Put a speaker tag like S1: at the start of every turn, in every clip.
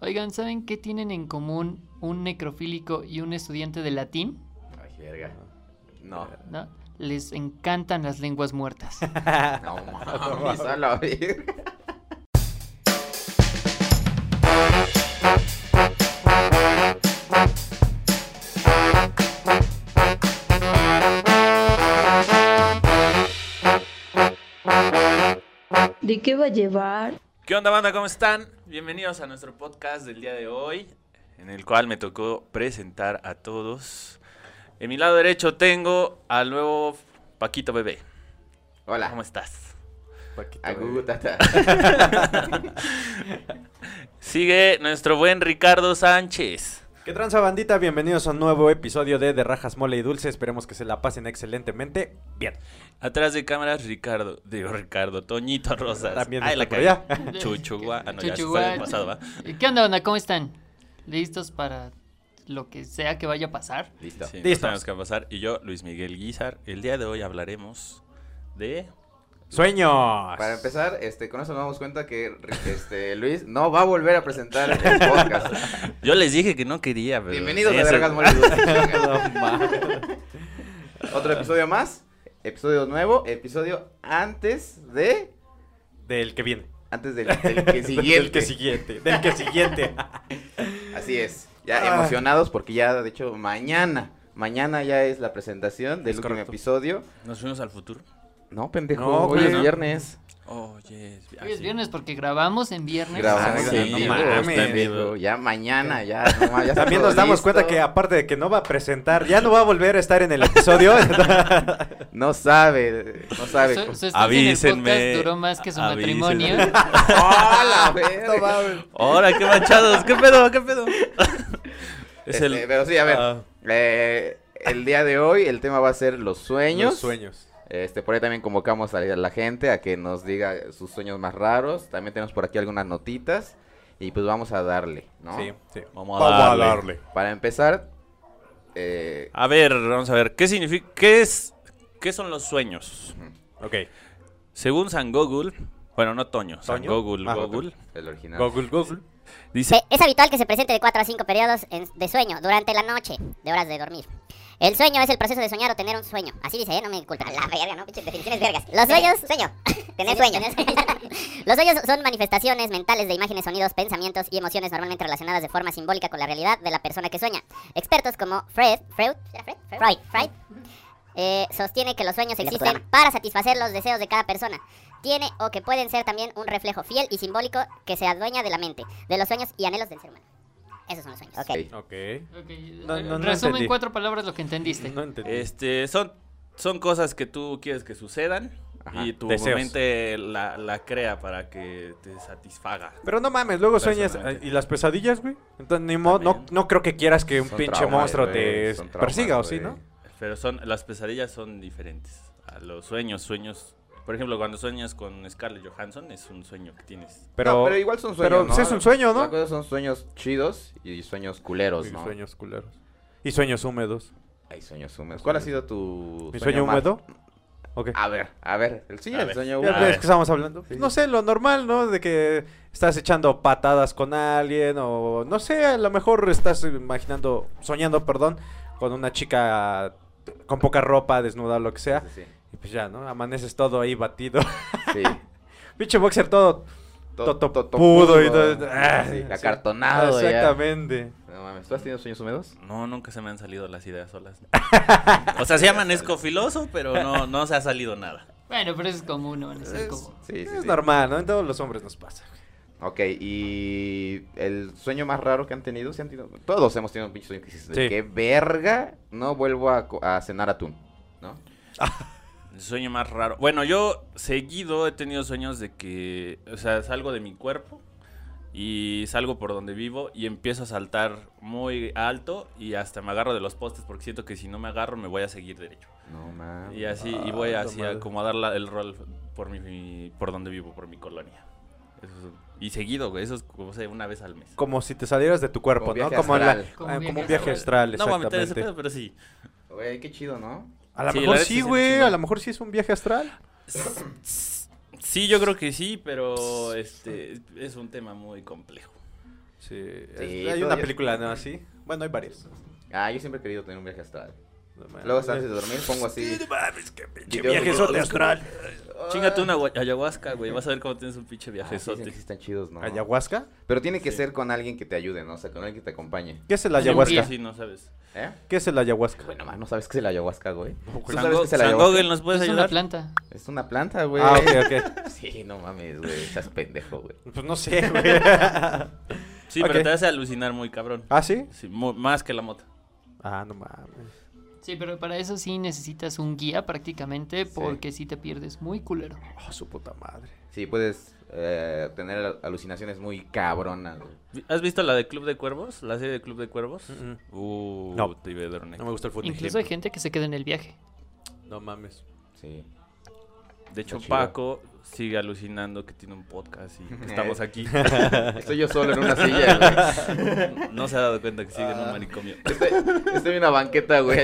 S1: Oigan, ¿saben qué tienen en común un necrofílico y un estudiante de latín?
S2: Ay, verga. No.
S1: ¿No? Les encantan las lenguas muertas.
S2: No, mames, a la verga.
S3: ¿De qué va a llevar?
S4: ¿Qué onda, banda? ¿Cómo están? Bienvenidos a nuestro podcast del día de hoy, en el cual me tocó presentar a todos. En mi lado derecho tengo al nuevo Paquito Bebé. ¿Cómo
S2: Hola.
S4: estás?
S2: A Gugu Tata.
S4: Sigue nuestro buen Ricardo Sánchez.
S5: ¿Qué tranza bandita? Bienvenidos a un nuevo episodio de De Rajas Mole y Dulce. Esperemos que se la pasen excelentemente. Bien.
S4: Atrás de cámaras, Ricardo. Digo, Ricardo, Toñito
S2: Pues,
S4: Rosas.
S5: También
S4: Ay, la
S5: está por
S4: cagué.
S5: allá.
S4: Chuchugua. Ah, no, ya se
S1: Chuchugua. Eh,
S4: fue el pasado, ¿va?
S1: ¿Qué onda, onda? ¿Cómo están? ¿Listos para lo que sea que vaya a pasar?
S2: Listo.
S4: Sí, no
S5: Listos.
S4: sabemos qué va a pasar. Y yo, Luis Miguel Guizar. El día de hoy hablaremos de...
S5: ¡Sueños!
S2: Para empezar, este, con eso nos damos cuenta que este, Luis no va a volver a presentar el podcast.
S4: Yo les dije que no quería, pero...
S2: Bienvenidos a
S4: Eso-
S2: Vergas Mole Dulce. Otro episodio más. Episodio nuevo. Episodio antes de.
S5: Del que viene.
S2: Antes del, del que siguiente.
S5: Del que siguiente. Del que siguiente.
S2: Así es. Ya
S5: Ah.
S2: emocionados porque ya, de hecho, mañana. Mañana ya es la presentación del
S5: Es
S2: último
S5: correcto.
S2: episodio.
S4: Nos fuimos al futuro. Oh,
S2: No, pendejo.
S5: No,
S2: hoy
S4: pues,
S2: es
S4: ¿no?
S2: viernes.
S4: Oye, es
S1: Hoy es viernes porque grabamos en viernes. Ah,
S2: Grabamos
S5: sí,
S2: en
S5: no
S2: vivo,
S5: mames.
S2: pendejo. Ya mañana, ya. no mames, ya está
S5: También
S2: todo
S5: nos damos
S2: listo.
S5: cuenta que aparte de que no va a presentar, ya no va a volver a estar en el episodio.
S2: No sabe, no sabe.
S1: Su- su estancia en el
S4: Avísenme,
S1: podcast duró más que su
S4: avísenme.
S1: matrimonio.
S2: ¡Hola, Ah, verga!
S4: Ahora, qué manchados, qué pedo, qué pedo.
S2: Este, Pero sí, a ver.
S5: Ah.
S2: eh, el día de hoy el tema va a ser los sueños.
S5: Los sueños.
S2: Este, por ahí también convocamos a la gente a que nos diga sus sueños más raros. También tenemos por aquí algunas notitas. Y pues vamos a darle, ¿no?
S5: Sí, sí.
S4: Vamos a darle.
S2: Para empezar, eh,
S4: A ver, vamos a ver, ¿qué significa, qué es, qué son los sueños?
S5: Ok.
S4: Según San Google, bueno, no Toño, San
S5: ¿Toño?
S4: Google,
S5: Ah,
S4: Google,
S2: el original.
S5: Google, Google.
S4: dice,
S6: Se- Eh, es habitual que se presente de 4 a 5 periodos en- de sueño durante la noche, de horas de dormir. El sueño es el proceso de soñar o tener un sueño. Así dice, ¿eh? No me inculpa. La verga, ¿no? Pinche definiciones vergas. Los sueños... Sueño. tener sueño. Los sueños son manifestaciones mentales de imágenes, sonidos, pensamientos y emociones normalmente relacionadas de forma simbólica con la realidad de la persona que sueña. Expertos como Fred... Freud... ¿era Fred? Freud. Freud. eh, sostiene que los sueños existen para satisfacer los deseos de cada persona tiene o que pueden ser también un reflejo fiel y simbólico que se adueña de la mente, de los sueños y anhelos del ser humano. Esos son los sueños.
S2: Ok.
S5: Ok.
S1: Ok,
S5: No, no, no
S1: Resume en
S5: entendí.
S1: cuatro palabras lo que entendiste.
S5: No entendí.
S4: este, son, son cosas que tú quieres que sucedan
S2: Ajá,
S4: y tu
S5: deseos.
S4: mente la, la crea para que te satisfaga.
S5: Pero no mames, luego sueñas eh,
S4: Personalmente.
S5: y las pesadillas, güey. Entonces, ni modo, no,
S4: También.
S5: no creo que quieras que un
S2: Son
S5: pinche
S2: traumas,
S5: monstruo
S2: güey,
S5: te
S2: son traumas,
S5: persiga, ¿o sí,
S2: güey.
S5: no?
S4: Pero son, las pesadillas son diferentes a los sueños, sueños... Por ejemplo, cuando sueñas con Scarlett Johansson, es un sueño que tienes.
S5: Pero,
S2: No, pero igual son sueños.
S5: pero
S2: ¿no?
S5: sí es un sueño, ¿no?
S2: La cosa son sueños chidos y sueños culeros,
S5: Y
S2: ¿no?
S5: Pues sueños culeros. Y sueños húmedos.
S2: Hay sueños húmedos. ¿Cuál ha sido tu
S5: ¿Mi sueño
S2: Pues más- Ah,
S5: húmedo? Ok.
S2: A ver, a ver. el- Sí,
S4: A
S2: el
S4: ver.
S2: sueño
S5: Ya
S2: húmedo.
S4: a
S5: ves
S4: ver.
S5: que estábamos hablando. No sé, lo normal, ¿no? De que estás echando patadas con alguien o no sé, a lo mejor estás imaginando, soñando, perdón, con una chica con poca ropa, desnuda, lo que sea.
S2: Sí, sí,
S5: Y pues ya, ¿no? Amaneces todo ahí batido.
S2: sí.
S5: Pinche boxer todo
S2: To- to-
S5: Totopudo y
S2: topudo,
S5: todo-
S2: ah,
S5: ah,
S2: sí,
S5: sí.
S2: Acartonado. ya.
S5: Exactamente.
S2: No mames, ¿tú has tenido sueños húmedos?
S4: No, nunca se me han salido las ideas solas. O sea, se amanezco filoso, pero no, no se ha salido nada.
S1: Bueno, pero eso es común, ¿no? Eso es común.
S2: Sí, sí,
S5: es
S2: sí.
S5: normal, ¿no? En todos los hombres nos pasa.
S2: Ok, y el sueño más raro que han tenido, ¿sí han tenido? todos hemos tenido un pinche sueño que dices,
S5: Sí.
S2: qué verga, no vuelvo a, co- a cenar atún, ¿no?
S4: El sueño más raro. Bueno, yo seguido he tenido sueños de que, o sea, salgo de mi cuerpo y salgo por donde vivo y empiezo a saltar muy alto y hasta me agarro de los postes porque siento que si no me agarro me voy a seguir derecho.
S2: No mames.
S4: Y así, y voy
S5: Ah,
S4: así
S5: la madre.
S4: a como a dar la- el rol por mi, mi- por donde vivo, por mi colonia. Eso es- y seguido, güey, eso es como, o sea, una vez al mes.
S5: Como si te salieras de tu cuerpo,
S2: Como
S5: ¿no?
S2: viaje
S5: Como, la-
S2: astral.
S5: ah,
S1: Como
S5: como
S1: viaje
S5: un viaje astral,
S4: No voy a meter ese
S5: exactamente.
S4: pedo, pero sí.
S2: Güey, qué chido, ¿no?
S5: a lo
S4: Sí, la
S5: mejor
S4: verdad es que
S5: sí,
S4: sí me
S5: güey.
S4: chingó.
S5: A lo mejor sí es un viaje astral.
S4: Sí, yo creo que sí, pero este es un tema muy complejo.
S5: Sí. es-
S2: Sí,
S5: hay
S2: todo
S5: una
S2: ya-
S5: película, ¿no? Así. Bueno, hay varias.
S2: Ah, yo siempre he querido tener un viaje astral.
S5: No mames.
S2: Luego antes de dormir pongo así. videos de-
S5: viajezote astral.
S2: Ah,
S4: Chingate una gua- ayahuasca, güey. Vas a ver cómo tienes un pinche
S2: ah, sí, dicen
S4: viajezote.
S2: que sí están chidos, ¿no?
S5: ¿Ayahuasca?
S2: Pero tiene que ser con alguien que te ayude, ¿no? O sea, con alguien que te acompañe.
S5: ¿Qué es el
S4: Sí,
S5: ayahuasca?
S4: sí, no sabes.
S2: ¿Eh?
S5: ¿Qué es el ayahuasca?
S2: Bueno, más no sabes qué es el ayahuasca, güey. ¿Tú
S4: San,
S2: sabes qué
S4: Go-
S2: es el
S4: San
S2: ayahuasca?
S4: Google, ¿nos puedes
S1: Es una
S4: ayudar?
S1: planta.
S2: Es una planta, güey.
S5: Ah, ok, ok.
S2: Sí, no mames, güey. Estás pendejo, güey.
S5: Pues no sé, güey.
S4: Sí,
S5: Ok.
S4: pero te hace alucinar muy cabrón.
S5: ¿Ah, sí?
S4: Sí, mu- más que la mota.
S5: Ah, no mames.
S1: Sí, pero para eso sí necesitas un guía prácticamente porque si te pierdes muy culero.
S5: Oh, su puta madre.
S2: Sí, puedes eh, tener al- alucinaciones muy cabronas, güey.
S4: ¿Has visto la de Club de Cuervos? ¿La serie de Club de Cuervos?
S5: Mm-mm.
S4: Uh,
S5: No.
S4: te iba a dar un
S5: No me gusta el fútbol.
S1: Incluso hay gente que se queda en el viaje.
S5: No mames.
S2: Sí.
S4: De hecho,
S2: Está chido.
S4: Paco sigue alucinando que tiene un podcast y que estamos aquí.
S2: Estoy yo solo en una silla, güey.
S4: No se ha dado cuenta que sigue en
S5: Ah.
S4: un manicomio.
S2: Estoy, estoy en una banqueta, güey.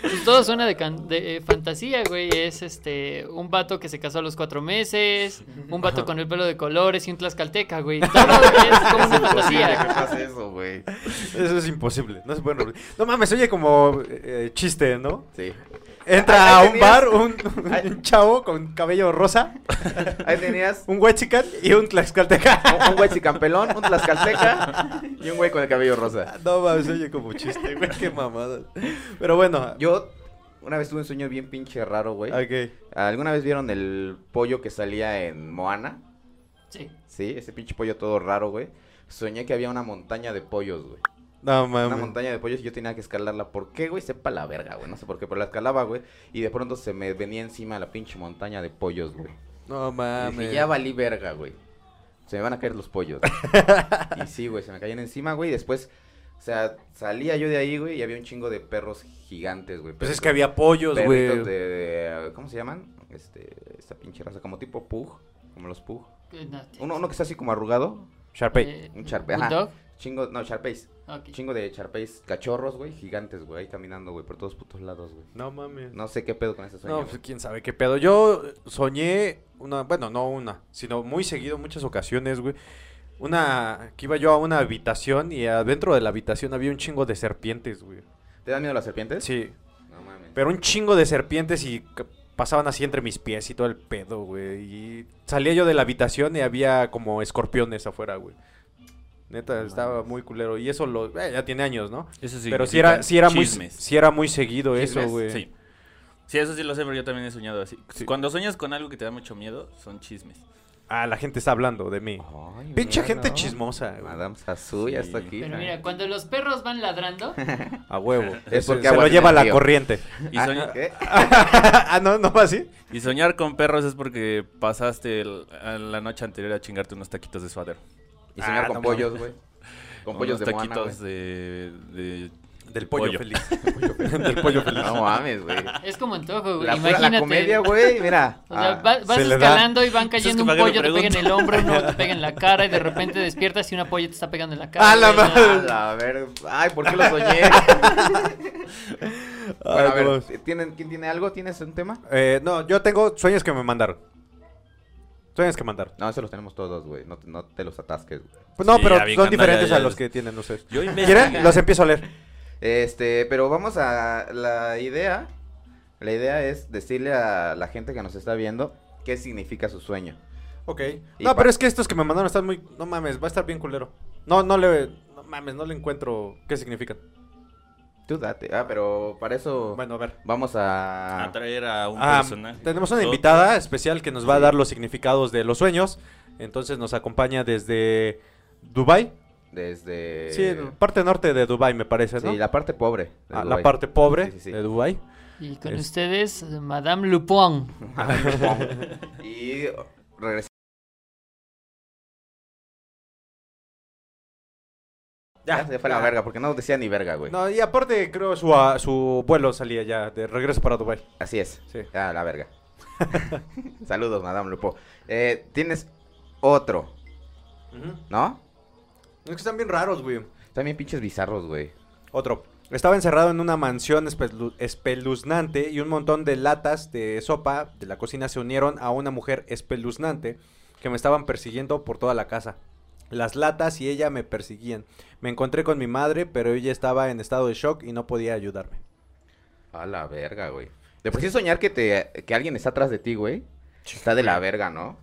S1: Pues todo suena de, can- de, eh, fantasía, güey. Es este un vato que se casó a los cuatro meses, un vato con el pelo de colores y un tlaxcalteca, güey. Todo es como
S2: pues,
S1: una
S2: Imposible que
S1: fantasía.
S2: pase eso, güey.
S5: Eso es imposible. No se pueden repetir. No mames, oye como eh, chiste, ¿no?
S2: Sí.
S5: Entra a
S2: Ahí
S5: un
S2: tenías-
S5: bar un, un
S2: ahí-
S5: chavo con cabello rosa,
S2: Ahí tenías
S5: un huachican y un tlaxcalteca.
S2: un, un güey chicampelón, un tlaxcalteca y un güey con el cabello rosa.
S5: No mames, oye como chiste, güey. Qué mamada. Pero bueno.
S2: Yo una vez tuve un sueño bien pinche raro, güey.
S5: Ok.
S2: ¿Alguna vez vieron el pollo que salía en Moana?
S1: Sí.
S2: Sí, ese pinche pollo todo raro, güey. Soñé que había una montaña de pollos, güey.
S5: No
S2: Una
S5: mames.
S2: montaña de pollos y yo tenía que escalarla. ¿Por qué, güey? Sepa la verga, güey. No sé por qué, pero la escalaba, güey. Y de pronto se me venía encima la pinche montaña de pollos, güey.
S5: No
S2: Y
S5: mames.
S2: dije, ya valí verga, güey. Se me van a caer los pollos. y sí, güey, se me caían encima, güey. Y después, o sea, salía yo de ahí, güey, y había un chingo de perros gigantes, güey.
S5: Pues es
S2: Perros-
S5: que había pollos, güey.
S2: perritos de, de- ¿Cómo se llaman? Este, esta pinche raza, como tipo pug, como los pug. Uno, uno que está así como arrugado,
S5: Sharpay.
S1: Eh,
S2: un charpe,
S1: ¿Un
S2: ajá.
S1: dog?
S2: chingo, no, charpeis.
S1: Ok.
S2: Chingo de charpeis, cachorros, güey, gigantes, güey, ahí caminando, güey, por todos putos lados, güey.
S5: No mames.
S2: No sé qué pedo con ese sueño.
S5: No,
S2: güey.
S5: pues quién sabe qué pedo. Yo soñé una, bueno, no una, sino muy seguido, muchas ocasiones, güey. Una, que iba yo a una habitación y adentro de la habitación había un chingo de serpientes, güey.
S2: ¿Te dan miedo las serpientes?
S5: Sí,
S2: No mames.
S5: pero un chingo de serpientes y c- pasaban así entre mis pies y todo el pedo, güey. Y salía yo de la habitación y había como escorpiones afuera, güey. Neta, estaba muy culero. Y eso lo, eh, ya tiene años, ¿no?
S4: Eso sí.
S5: pero sí era, sí era muy,
S4: Chismes.
S5: sí era muy seguido eso,
S2: Chismes,
S5: güey.
S4: Sí. Sí, eso sí lo sé, pero yo también he soñado así.
S5: Sí.
S4: Cuando sueñas con algo que te da mucho miedo, son chismes.
S5: Ah, la gente está hablando de mí.
S2: Ay,
S5: Pinche
S2: mira,
S5: gente
S2: no.
S5: chismosa, Ah, güey.
S2: Madame Sasu ya
S4: Sí.
S2: está aquí. Ah,
S1: Pero
S2: ¿no?
S1: mira, cuando los perros van ladrando,
S5: A huevo.
S2: Es porque
S5: se
S2: agua tiene
S5: lo lleva la
S2: frío.
S5: corriente.
S4: Y,
S2: Ah,
S4: soña-
S2: ¿qué?
S5: ah, no, no va así.
S4: y soñar con perros es porque pasaste el- a la noche anterior a chingarte unos taquitos de suadero.
S2: Y soñar
S5: Ah,
S2: con
S5: no
S2: pollos, güey. Con pollos
S4: unos
S2: de moana,
S4: taquitos
S2: güey.
S4: de, de-
S5: Del pollo,
S4: Pollo.
S5: feliz. Del pollo feliz.
S2: No mames, güey.
S1: es como antojo, güey.
S2: La, pura-
S1: Imagínate.
S2: la comedia, güey, mira.
S1: O sea,
S2: Ah,
S1: va- vas
S5: Se le da.
S1: escalando y van
S4: Eso es
S1: cayendo
S4: que
S1: un
S4: para que
S1: pollo,
S4: me
S1: te pega en el
S4: pregunten.
S1: hombro, uno te pega en la cara y de repente despiertas y una polla te está pegando en la cara.
S5: ¡A la
S1: güey, o sea,
S2: a la ver... Ay, ¿por qué lo soñé? Bueno, a ver, ¿tienen, ¿quién tiene algo? ¿Tienes un tema?
S5: Ah, Eh, no, yo tengo sueños que me mandaron. Sueños que mandaron.
S2: No, esos los tenemos todos, güey. No, te- no te los atasques. güey.
S5: Pues no,
S4: Sí,
S5: pero
S4: ya vi
S5: son
S4: que anda,
S5: diferentes
S4: ya, ya
S5: a los
S4: los-
S5: que tienen ustedes.
S4: Yo
S5: ¿Quieren? Los empiezo a leer.
S2: Este, pero vamos a la idea. La idea es decirle a la gente que nos está viendo qué significa su sueño.
S5: Ok.
S2: Y
S5: No,
S2: pa-
S5: pero es que estos que me mandaron están muy. No mames, va a estar bien culero. No, no le. No mames, no le encuentro qué significan.
S2: Tú date. Ah, pero para eso
S5: Bueno, a ver.
S2: vamos a...
S4: Atraer a un
S5: Ah,
S4: personaje.
S5: tenemos una
S4: Otro.
S5: invitada especial que nos va a dar los significados de los sueños. Entonces nos acompaña desde Dubai.
S2: Desde...
S5: Sí, en parte norte de Dubai me parece, ¿no?
S2: Sí, la parte pobre. de
S5: Ah, la
S2: Dubái.
S5: parte pobre
S2: Sí, sí, sí.
S5: de Dubai.
S1: Y con
S5: Es-
S1: ustedes, Madame Lupon.
S2: y regresamos. Ya, ya fue la verga, porque no decía ni verga, güey.
S5: No, y aparte creo su, a- su vuelo salía ya de regreso para Dubai.
S2: Así es.
S5: Sí.
S2: Ya, la verga. Saludos, Madame Lupo. Eh, tienes otro, ¿no?
S5: Es que están bien raros, güey.
S2: También pinches bizarros, güey.
S5: Otro. Estaba encerrado en una mansión espelu- espeluznante y un montón de latas de sopa de la cocina se unieron a una mujer espeluznante que me estaban persiguiendo por toda la casa. Las latas y ella me persiguían. Me encontré con mi madre, pero ella estaba en estado de shock y no podía ayudarme.
S2: A la verga, güey. De por sí soñar que, te, que alguien está atrás de ti, güey. Está de la verga, ¿no?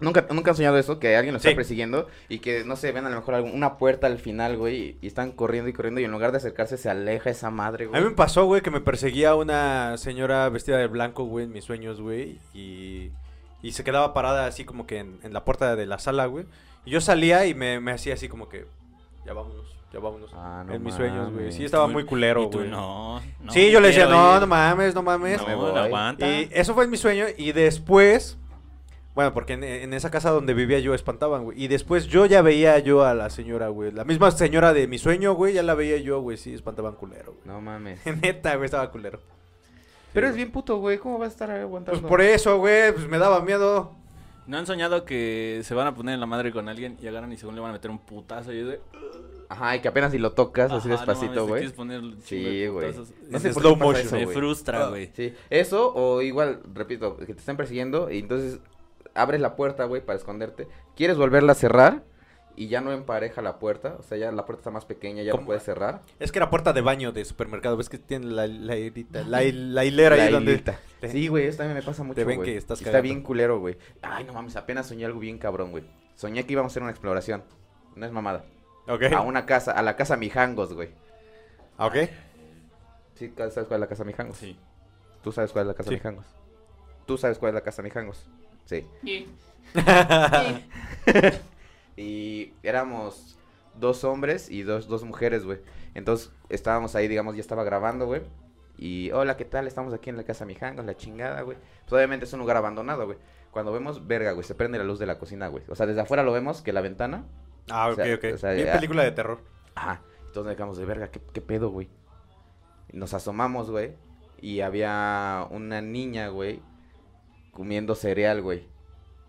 S2: ¿Nunca, nunca han soñado eso? Que alguien lo está
S5: Sí.
S2: persiguiendo y que, no sé, ven a lo mejor algún- una puerta al final, güey, y, y están corriendo y corriendo y en lugar de acercarse se aleja esa madre,
S5: A
S2: güey.
S5: mí me pasó, güey, que me perseguía una señora vestida de blanco, güey, en mis sueños, güey. Y, y se quedaba parada así como que en, en la puerta de la sala, güey. Y yo salía y me, me hacía así como que, ya vámonos, ya vámonos.
S2: Ah, no
S5: en mis sueños, güey.
S2: mames.
S5: Sí, estaba
S4: Tú-
S5: muy culero,
S4: y tú,
S5: güey.
S4: no, no,
S5: sí, yo le decía,
S4: quiero
S5: no,
S4: ir.
S5: no mames, no mames.
S4: No,
S2: me
S4: no
S2: voy.
S4: aguanta.
S5: Y eso fue en mi sueño. Y después. Bueno, porque en, en esa casa donde vivía yo espantaban, güey. Y después yo ya veía yo a la señora, güey. La misma señora de mi sueño, güey, ya la veía yo, güey. Sí, espantaban culero, güey.
S2: No mames.
S5: Neta, güey, estaba culero.
S2: Pero es bien puto, güey. ¿Cómo vas a estar aguantando?
S5: Pues por eso, güey, pues me daba miedo.
S4: ¿No han soñado que se van a poner en la madre con alguien y agarran y según le van a meter un putazo? Y yo de,
S2: Ajá, y que apenas si lo tocas así
S4: "Ajá, no mames,
S2: despacito,
S4: te
S2: güey.
S4: quieres poner un
S2: Sí,
S4: chingo de
S2: güey.
S4: putazos". "Este
S2: No
S5: En
S2: sé por
S5: slow
S2: qué pasa
S5: motion.
S2: eso,
S4: Me
S2: güey.
S4: frustra, güey.
S2: Sí, eso o igual, repito, que te están persiguiendo y entonces abres la puerta, güey, para esconderte. Quieres volverla a cerrar y ya no empareja la puerta, o sea, ya la puerta está más pequeña, ya no
S5: ¿Cómo?
S2: puedes cerrar.
S5: Es que era puerta de baño de supermercado. Ves que tiene la, la, hilita- la, hi- la hilera ahí
S2: La
S5: donde.
S2: hilita.
S5: te-
S2: Sí, güey, eso también me pasa mucho,
S5: te ven
S2: güey.
S5: que estás
S2: Y Está
S5: cagando.
S2: bien culero, güey. Ay, no mames, apenas soñé algo bien cabrón, güey. Soñé que íbamos a hacer una exploración. No es mamada.
S5: Ok.
S2: A Ah, una casa, a la casa Mijangos, güey.
S5: Ok.
S2: Sí, ¿sabes cuál es la casa Mijangos?
S4: Sí.
S2: Tú sabes cuál es la casa
S5: Sí.
S2: Mijangos. Tú sabes cuál es la casa Mijangos. Sí.
S1: Y-
S2: Y éramos dos hombres y dos, dos mujeres, güey. Entonces estábamos ahí, digamos, ya estaba grabando, güey. Y hola, ¿qué tal? Estamos aquí en la casa Mijangos, la chingada, güey. Pues obviamente es un lugar abandonado, güey. Cuando vemos, verga, güey, se prende la luz de la cocina, güey. O sea, desde afuera lo vemos, que la ventana.
S5: Ah,
S2: O
S5: ok,
S2: sea,
S5: ok.
S2: o sea,
S5: Bien
S2: ya-
S5: película de terror.
S2: Ajá. Entonces nos dejamos de verga, ¿qué, qué pedo, güey? Y Nos asomamos, güey. Y había una niña, güey, comiendo cereal, güey.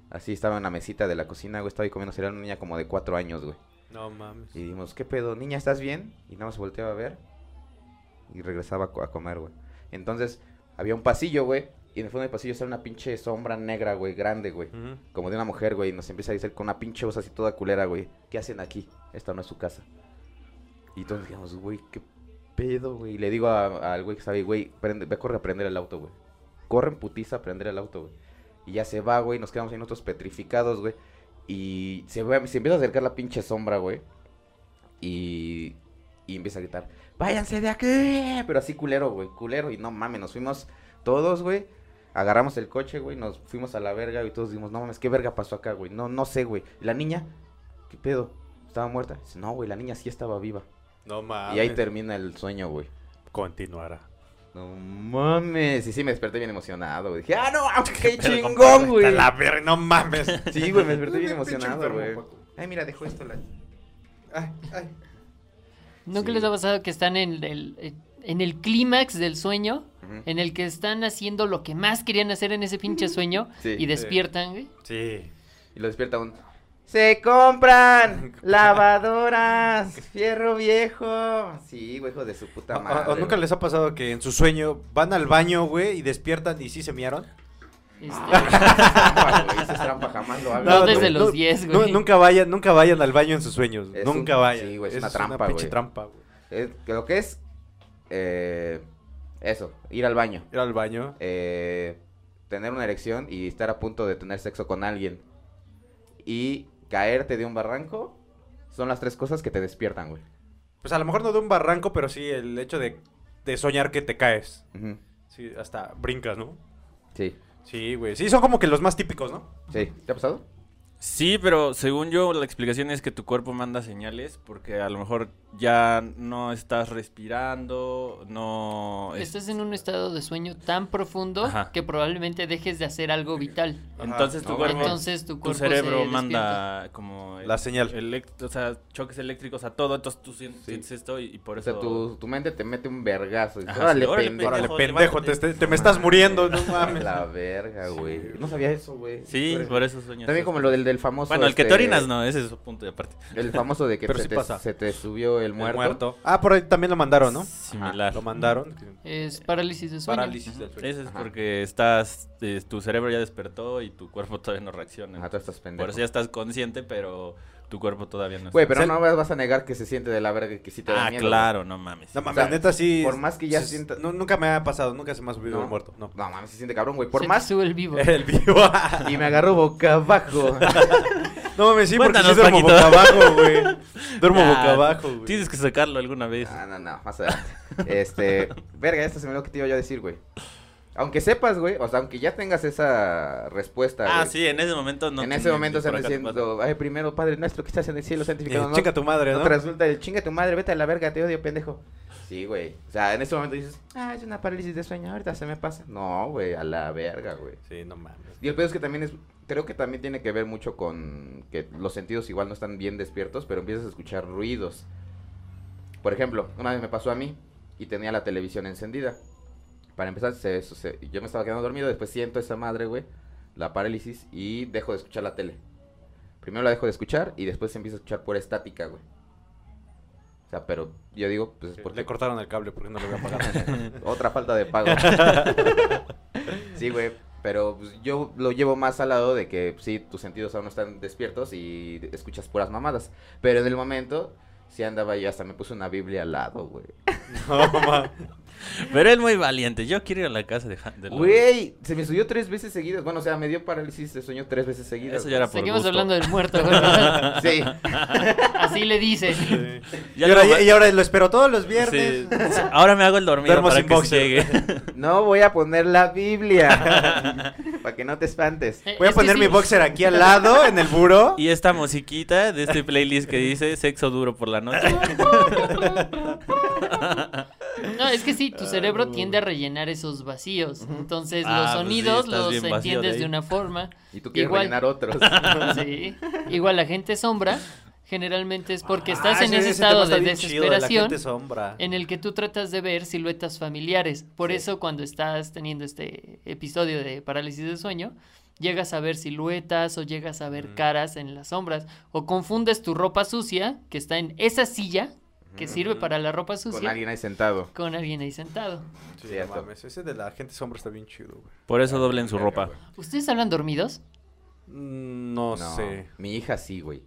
S2: Así estaba en la mesita de la cocina, güey. Estaba ahí comiendo cereal una niña como de cuatro años, güey.
S5: No mames.
S2: Y dimos, ¿qué pedo? Niña, ¿estás bien? Y nada más se volteaba a ver. Y regresaba a co- a comer, güey. Entonces, había un pasillo, güey. Y en el fondo del pasillo estaba una pinche sombra negra, güey, grande, güey.
S5: Ujú.
S2: Como de una mujer, güey. Y nos empieza a decir con una pinche voz así toda culera, güey. ¿Qué hacen aquí? Esta no es su casa. Y todos dijimos, güey, ¿qué pedo, güey? Y le digo a- al güey que sabe, güey, prende, ve, corre a prender el auto, güey. Corre en putiza a prender el auto, güey. Y ya se va, güey. Nos quedamos ahí nosotros petrificados, güey. Y se, va- se empieza a acercar la pinche sombra, güey. Y, y empieza a gritar, váyanse de aquí. Pero así culero, güey, culero. Y no mames, nos fuimos todos, güey. Agarramos el coche, güey, nos fuimos a la verga y todos dijimos, no mames, ¿qué verga pasó acá, güey? No, no sé, güey. ¿Y La niña, ¿qué pedo? ¿Estaba muerta? Dice, no, güey, la niña sí estaba viva.
S5: No mames.
S2: y ahí termina el sueño, güey.
S5: Continuará.
S2: No mames. Y sí, me desperté bien emocionado, güey. Dije, ah, no, mames, qué
S5: Pero
S2: chingón,
S5: compadre,
S2: güey.
S5: a la verga, no mames.
S2: Sí, güey, me desperté bien
S5: Pinche
S2: emocionado,
S5: enfermo,
S2: güey.
S5: Paco.
S2: Ay, mira, dejó esto la...
S5: Ay, ay.
S1: ¿Nunca
S2: Sí.
S1: les ha pasado que están en el, en el clímax del sueño?
S2: Ujú.
S1: En el que están haciendo lo que más querían hacer en ese pinche sueño
S2: Sí.
S1: y despiertan, güey.
S5: Sí.
S2: Y lo despierta un... Se compran lavadoras, fierro viejo. Sí, güey, hijo de su
S5: O,
S2: puta madre.
S5: o- o nunca
S2: güey.
S5: les ha pasado que en su sueño van al baño, güey, y despiertan y sí se miaron?
S1: Este,
S2: trampa, güey, eso es trampa, jamás lo hagas.
S1: No,
S2: güey.
S1: desde los 10,
S5: nu-
S1: güey.
S5: nunca vayan, nunca vayan al baño en sus sueños.
S2: Es
S5: nunca
S2: un-
S5: vayan.
S2: sí, güey, es
S5: Eso
S2: una trampa,
S5: pinche
S2: güey.
S5: trampa, güey.
S2: Eh, que lo que es... eh, eso, ir al baño.
S5: Ir al baño.
S2: eh, tener una erección y estar a punto de tener sexo con alguien. Y caerte de un barranco son las tres cosas que te despiertan, güey.
S5: Pues a lo mejor no de un barranco, pero sí el hecho de, de soñar que te caes.
S2: Ujú.
S5: Sí, hasta brincas, ¿no?
S2: Sí,
S5: Sí, güey. Sí, son como que los más típicos, ¿no?
S2: sí. ¿Te ha pasado?
S4: Sí, pero según yo la explicación es que tu cuerpo manda señales porque a lo mejor ya no estás respirando, no... es-
S1: estás en un estado de sueño tan profundo
S4: Ajá.
S1: que probablemente dejes de hacer algo vital.
S4: Entonces tu
S2: No,
S4: cuerpo...
S1: Entonces tu
S4: tu
S1: cuerpo
S4: cerebro
S1: se despierta.
S4: manda como...
S5: La señal.
S4: elect- o sea, choques eléctricos a todo, entonces tú sien- sientes, esto y, y por
S2: O
S4: eso...
S2: sea, tu, tu mente te mete un vergazo. Y dices,
S4: Ajá,
S2: órale,
S4: sí, órale,
S2: pendejo.
S5: Órale,
S4: Pendejo,
S5: pendejo, te,
S4: levántate.
S5: te- te me estás muriendo, no mames.
S2: La verga, güey. No sabía eso, güey.
S4: Sí,
S2: Pero-
S4: por eso sueñas.
S2: También
S4: eso.
S2: como lo del, del famoso...
S4: Bueno, el que
S2: este,
S4: te orinas no, ese es su punto de aparte.
S2: El famoso de que
S5: Pero
S2: se,
S5: sí
S2: te,
S5: pasa.
S2: se te subió el, el
S5: El
S2: muerto.
S5: Ah, por ahí también lo mandaron, ¿no?
S4: Similar.
S5: Lo mandaron.
S1: Es parálisis de sueño.
S5: Parálisis del sueño.
S4: Eso es
S2: Ajá.
S4: porque estás, eh, tu cerebro ya despertó y tu cuerpo todavía no reacciona.
S2: Ajá, tú estás pendejo.
S4: Por eso ya estás consciente, pero tu cuerpo todavía no
S2: Güey,
S4: está.
S2: pero no me vas a negar que se siente de la verga que sí te da
S4: Ah,
S2: miedo. güey.
S4: claro, no mames.
S5: No mames,
S2: sea,
S5: la neta sí.
S2: por más que ya
S5: sí,
S2: sienta-
S5: no, nunca me ha pasado, nunca se me ha subido
S2: No.
S5: el muerto. No.
S2: No mames, se siente cabrón, güey. Por
S1: Se te
S2: más.
S1: sube el vivo.
S5: El vivo.
S2: Y me agarró boca abajo.
S5: no mames, sí, porque sí
S4: Cuéntanos,
S5: duermo
S4: Paquito.
S5: boca abajo, güey. Duermo
S4: Ah,
S5: boca abajo, güey.
S4: Tienes que sacarlo alguna vez.
S2: Ah, no, no, más adelante. Este, verga, esto se me olvidó que te iba yo a decir, güey. Aunque sepas, güey, o sea, aunque ya tengas esa respuesta,
S4: Ah,
S2: güey,
S4: sí, en ese momento no.
S2: en
S4: tenía
S2: ese momento
S4: ni
S2: se
S4: por
S2: me
S4: acá tu pato.
S2: diciendo, ay, primero, Padre nuestro que estás en el cielo,
S5: Eh,
S2: santificado. no,
S5: Chinga tu madre,
S2: no
S5: ¿no?
S2: te resulta el chinga tu madre, vete a la verga, te odio, pendejo. Sí, güey. O sea, en ese momento dices, ah, es una parálisis de sueño, ahorita se me pasa. No, güey, a la verga, güey.
S5: Sí, no mames.
S2: Y el pedo es que también es, creo que también tiene que ver mucho con que los sentidos igual no están bien despiertos, pero empiezas a escuchar ruidos. Por ejemplo, una vez me pasó a mí y tenía la televisión encendida. Para empezar, se- se- yo me estaba quedando dormido, después siento esa madre, güey, la parálisis y dejo de escuchar la tele. Primero la dejo de escuchar y después se empieza a escuchar pura estática, güey. O sea, pero yo digo, pues es porque
S5: Le cortaron el cable porque no lo voy a pagar.
S2: otra falta de pago. sí, güey. Pero pues, yo lo llevo más al lado de que pues, sí, tus sentidos aún no están despiertos y escuchas puras mamadas. Pero en el momento, sí andaba yo, hasta me puse una Biblia al lado, güey.
S5: no mames.
S4: Pero es muy valiente. Yo quiero ir a la casa de, Han- de los-
S2: Güey, se me subió tres veces seguidas. Bueno, o sea, me dio parálisis de sueño tres veces seguidas.
S4: Eso ya era por
S1: Seguimos
S4: gusto.
S1: hablando del muerto, güey.
S2: Sí.
S1: Así le dice.
S5: Y,
S4: Ya
S5: ahora,
S4: luego-
S5: y ahora lo espero todos los viernes.
S4: Sí. Ahora me hago el dormido
S5: Duermo
S4: para
S5: sin
S4: que sí
S5: boxer.
S4: llegue.
S2: No voy a poner la Biblia. para que no te espantes.
S1: Eh,
S5: Voy a
S1: es que
S5: poner
S1: sí,
S5: mi boxer aquí al lado, en el buro.
S4: Y esta musiquita de este playlist que dice sexo duro por la noche.
S1: No, es que sí, tu cerebro tiende a rellenar esos vacíos. Entonces,
S4: Ah,
S1: los
S4: pues sí,
S1: sonidos
S4: estás
S1: los
S4: bien vacío
S1: entiendes
S4: de
S1: de
S4: ahí.
S1: una forma.
S2: Y tú quieres
S1: Igual.
S2: rellenar otros.
S1: Sí. Igual la gente sombra generalmente es porque estás
S5: Ah,
S1: en
S5: ese-
S1: ese
S5: ese tema
S1: estado
S5: está
S1: de
S5: bien chido, la
S1: desesperación
S5: gente sombra.
S1: en el que tú tratas de ver siluetas familiares. Por eso cuando estás teniendo este episodio de parálisis de sueño, llegas a ver siluetas o llegas a ver caras en las sombras o confundes tu ropa sucia que está en esa silla que sirve para la ropa
S2: Con
S1: sucia
S2: alguien ahí sentado.
S1: con alguien ahí sentado.
S5: Sí,
S2: Cierto.
S5: no mames, Ese de la gente sombra está bien chido, güey.
S4: Por eso doblen su ropa.
S1: ¿Ustedes hablan dormidos?
S5: Mm, No,
S2: No,
S5: sé.
S2: Mi hija sí, güey.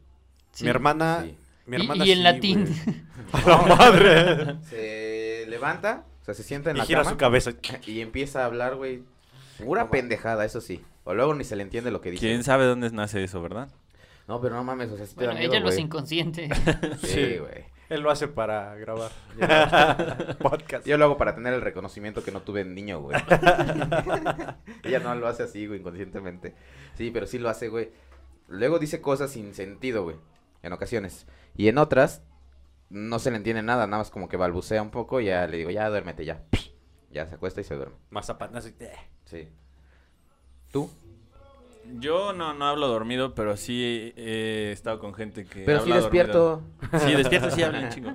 S1: Sí. Ah.
S5: Mi hermana.
S2: Sí.
S5: Mi
S1: Y-
S5: hermana
S1: y, en
S5: sí,
S1: latín.
S5: güey. A la madre.
S2: Se levanta, o sea, se sienta en
S5: Y
S2: la
S5: gira
S2: cama
S5: su cabeza.
S2: y empieza a hablar, güey. Pura
S5: No,
S2: pendejada, eso sí. O luego ni se le entiende lo que dice.
S4: ¿Quién sabe dónde nace eso, verdad?
S2: No, pero no mames, o sea, sí te
S1: Bueno,
S2: da miedo,
S1: ella lo es
S2: güey.
S1: inconsciente.
S2: Sí, güey.
S5: Él lo hace para grabar podcast.
S2: Yo lo hago para tener el reconocimiento que no tuve en niño, güey. ella no lo hace así, güey, inconscientemente. Sí, pero sí lo hace, güey. Luego dice cosas sin sentido, güey. En ocasiones. Y en otras, no se le entiende nada, nada más como que balbucea un poco y ya le digo, ya duérmete, ya. Ya se acuesta y se duerme.
S5: Mazapán, así, eh.
S2: Sí. ¿Tú?
S4: Yo no, no hablo dormido, pero sí he estado con gente que.
S2: Pero
S4: habla
S2: sí despierto.
S4: dormido. Sí, despierto, sí hablan, chingo.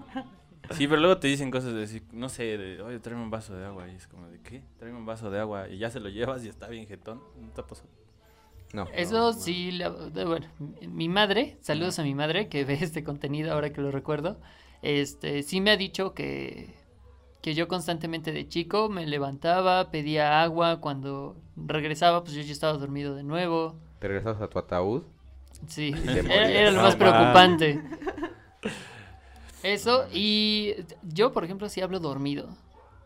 S4: Sí, pero luego te dicen cosas de, decir, no sé, de, oye, tráeme un vaso de agua. Y es como, ¿de qué? Tráeme un vaso de agua. Y ya se lo llevas y está bien jetón. No te ha pasado.
S2: No.
S1: Eso sí, la- de- bueno, mi madre, saludos a mi madre que ve este contenido ahora que lo recuerdo, este, sí me ha dicho que, que yo constantemente de chico me levantaba, pedía agua, cuando regresaba pues yo ya estaba dormido de nuevo,
S2: Te regresabas a tu ataúd.
S1: sí,
S2: te
S1: era,
S2: morías.
S1: era lo
S5: No
S1: más
S5: mames.
S1: preocupante. Eso, y yo por ejemplo sí hablo dormido,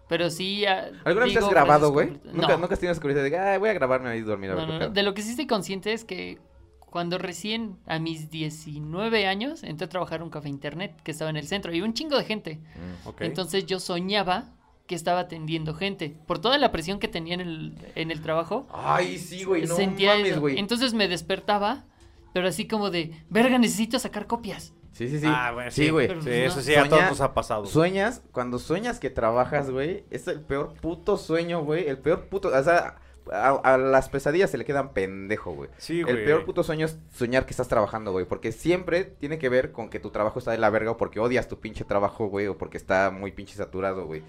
S1: pero sí... ah,
S2: ¿Alguna vez te has
S1: digo frases
S2: grabado, güey?
S1: completas.
S2: ¿Nunca,
S1: No.
S2: nunca has tenido esa curiosidad de que "Ay, voy a grabarme ahí dormido. a ver
S1: No,
S2: qué
S1: no, no.
S2: pedo"?
S1: De lo que sí estoy consciente es que cuando recién a mis 19 años entré a trabajar en un café internet que estaba en el centro y un chingo de gente.
S2: Mm.
S5: Ok.
S1: Entonces yo soñaba que estaba atendiendo gente. Por toda la presión que tenía en el, en el trabajo,
S2: Ay, sí, güey. No
S1: sentía
S2: mames,
S1: eso.
S2: güey.
S1: Entonces me despertaba, pero así como de, verga, necesito sacar copias.
S2: Sí, sí, sí.
S5: Ah, bueno,
S2: sí,
S5: sí.
S2: güey.
S1: Pero-
S5: Sí,
S1: no.
S5: eso sí, a
S2: Soñar-
S5: todos nos ha pasado. güey.
S2: Sueñas, cuando sueñas que trabajas, güey, es el peor puto sueño, güey. El peor puto. O sea, a, a las pesadillas se le quedan pendejo, güey.
S5: Sí,
S2: El peor puto sueño es soñar que estás trabajando, güey. Porque siempre tiene que ver con que tu trabajo está de la verga o porque odias tu pinche trabajo, güey. O porque está muy pinche saturado, güey.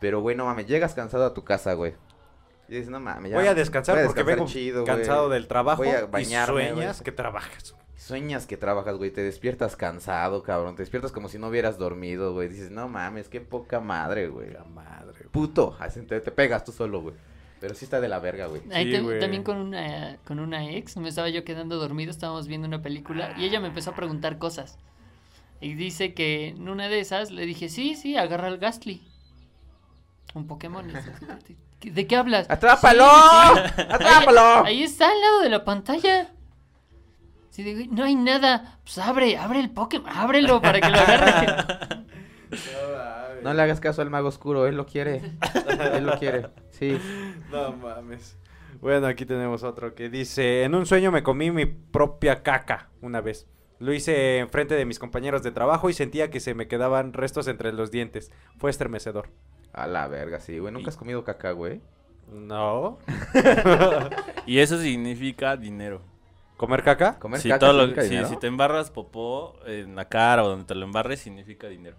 S2: Pero, güey, no mames, llegas cansado a tu casa, güey. Y dices, no mames, ya.
S5: Voy a descansar
S2: voy a
S5: porque
S2: descansar
S5: vengo
S2: chido, güey.
S5: cansado del trabajo
S2: Voy a
S5: y
S2: bañarme,
S5: sueñas
S2: güey.
S5: que trabajas.
S2: Sueñas que trabajas, güey, te despiertas cansado, cabrón, te despiertas como si no hubieras dormido, güey, dices, no mames, qué poca madre, güey.
S5: La madre, güey.
S2: Puto, así te, te pegas tú solo, güey. Pero sí está de la verga, güey.
S1: Ahí
S5: Sí,
S1: tam-
S5: güey.
S1: también con una, con una ex, me estaba yo quedando dormido, estábamos viendo una película y ella me empezó a preguntar cosas. Y dice que en una de esas le dije, sí, sí, agarra al Gastly. Un Pokémon. y dices, "¿Qué- ¿De qué hablas?
S2: ¡Atrápalo! ¡Atrápalo!
S1: Ahí está al lado de la pantalla. Sí, digo, no hay nada. Pues abre, abre el Pokémon, ábrelo para que lo agarre.
S2: No le hagas caso al mago oscuro, él lo quiere. él lo quiere. Sí.
S5: No mames. Bueno, aquí tenemos otro que dice, en un sueño me comí mi propia caca una vez. Lo hice enfrente de mis compañeros de trabajo y sentía que se me quedaban restos entre los dientes. Fue estremecedor.
S2: A la verga, sí, güey. Nunca has comido caca, güey.
S5: No.
S4: Y eso significa dinero.
S5: ¿Comer caca?
S2: Comer
S4: Si,
S2: caca
S4: todo lo-
S2: significa
S4: si-
S2: dinero?
S4: si te embarras popó en la cara o donde te lo embarres, significa dinero.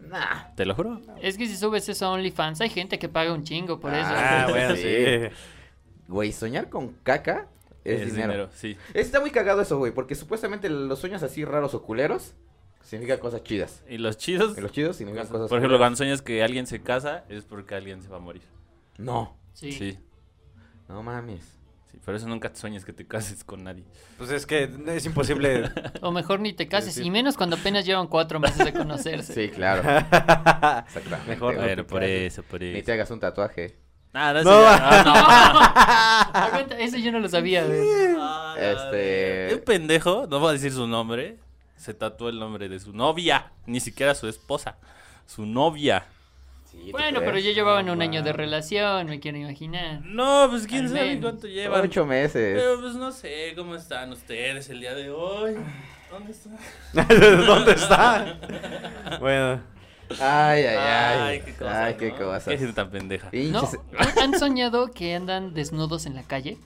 S2: Nah.
S4: Te lo juro.
S1: es que si subes eso a OnlyFans, hay gente que paga un chingo por eso.
S2: Ah, bueno,
S5: Sí.
S2: Güey, soñar con caca es, dinero.
S4: sí.
S2: Está muy cagado eso, güey, porque supuestamente los sueños así raros o culeros significan cosas chidas.
S4: Y los chidos.
S2: Y los chidos significan cosas
S4: por ejemplo,
S2: culeras.
S4: cuando sueñas que alguien se casa, es porque alguien se va a morir.
S2: No,
S1: Sí.
S4: sí.
S2: no mames.
S4: Sí, por eso nunca te sueñes que te cases con nadie.
S5: Pues es que es imposible.
S1: O mejor ni te cases,
S5: decir-
S1: y menos cuando apenas llevan cuatro meses de conocerse.
S2: Sí, claro. Exactamente.
S5: Mejor
S2: güey.
S5: no.
S4: Bueno, por eso, por
S2: Ni te
S4: eso.
S2: hagas un tatuaje.
S4: Ah, no, eso
S5: No.
S4: ya- ah,
S1: Aguanta, eso yo no lo sabía. güey.
S4: no. Ah, la
S2: Este-
S4: verga. Un pendejo, no voy a decir su nombre, se tatuó el nombre de su novia, ni siquiera su esposa, su novia.
S2: Sí, ¿tú
S1: Bueno, pero
S2: crees?
S1: ya llevaban un año de
S2: mames.
S1: relación, me quiero imaginar.
S4: No, pues quién
S1: Al
S4: sabe
S1: menos.
S4: cuánto llevan.
S2: Ocho meses.
S4: Pero pues no sé, ¿cómo están ustedes el día de hoy? ¿Dónde están?
S5: ¿Dónde está? Bueno,
S2: Ay, ay, ay. Ay,
S4: qué cosa.
S2: qué
S4: ¿no?
S2: cosas.
S4: Qué gente tan pendeja.
S1: ¿No?
S2: Pinches-
S1: ¿Han- ¿Han soñado que andan desnudos en la calle?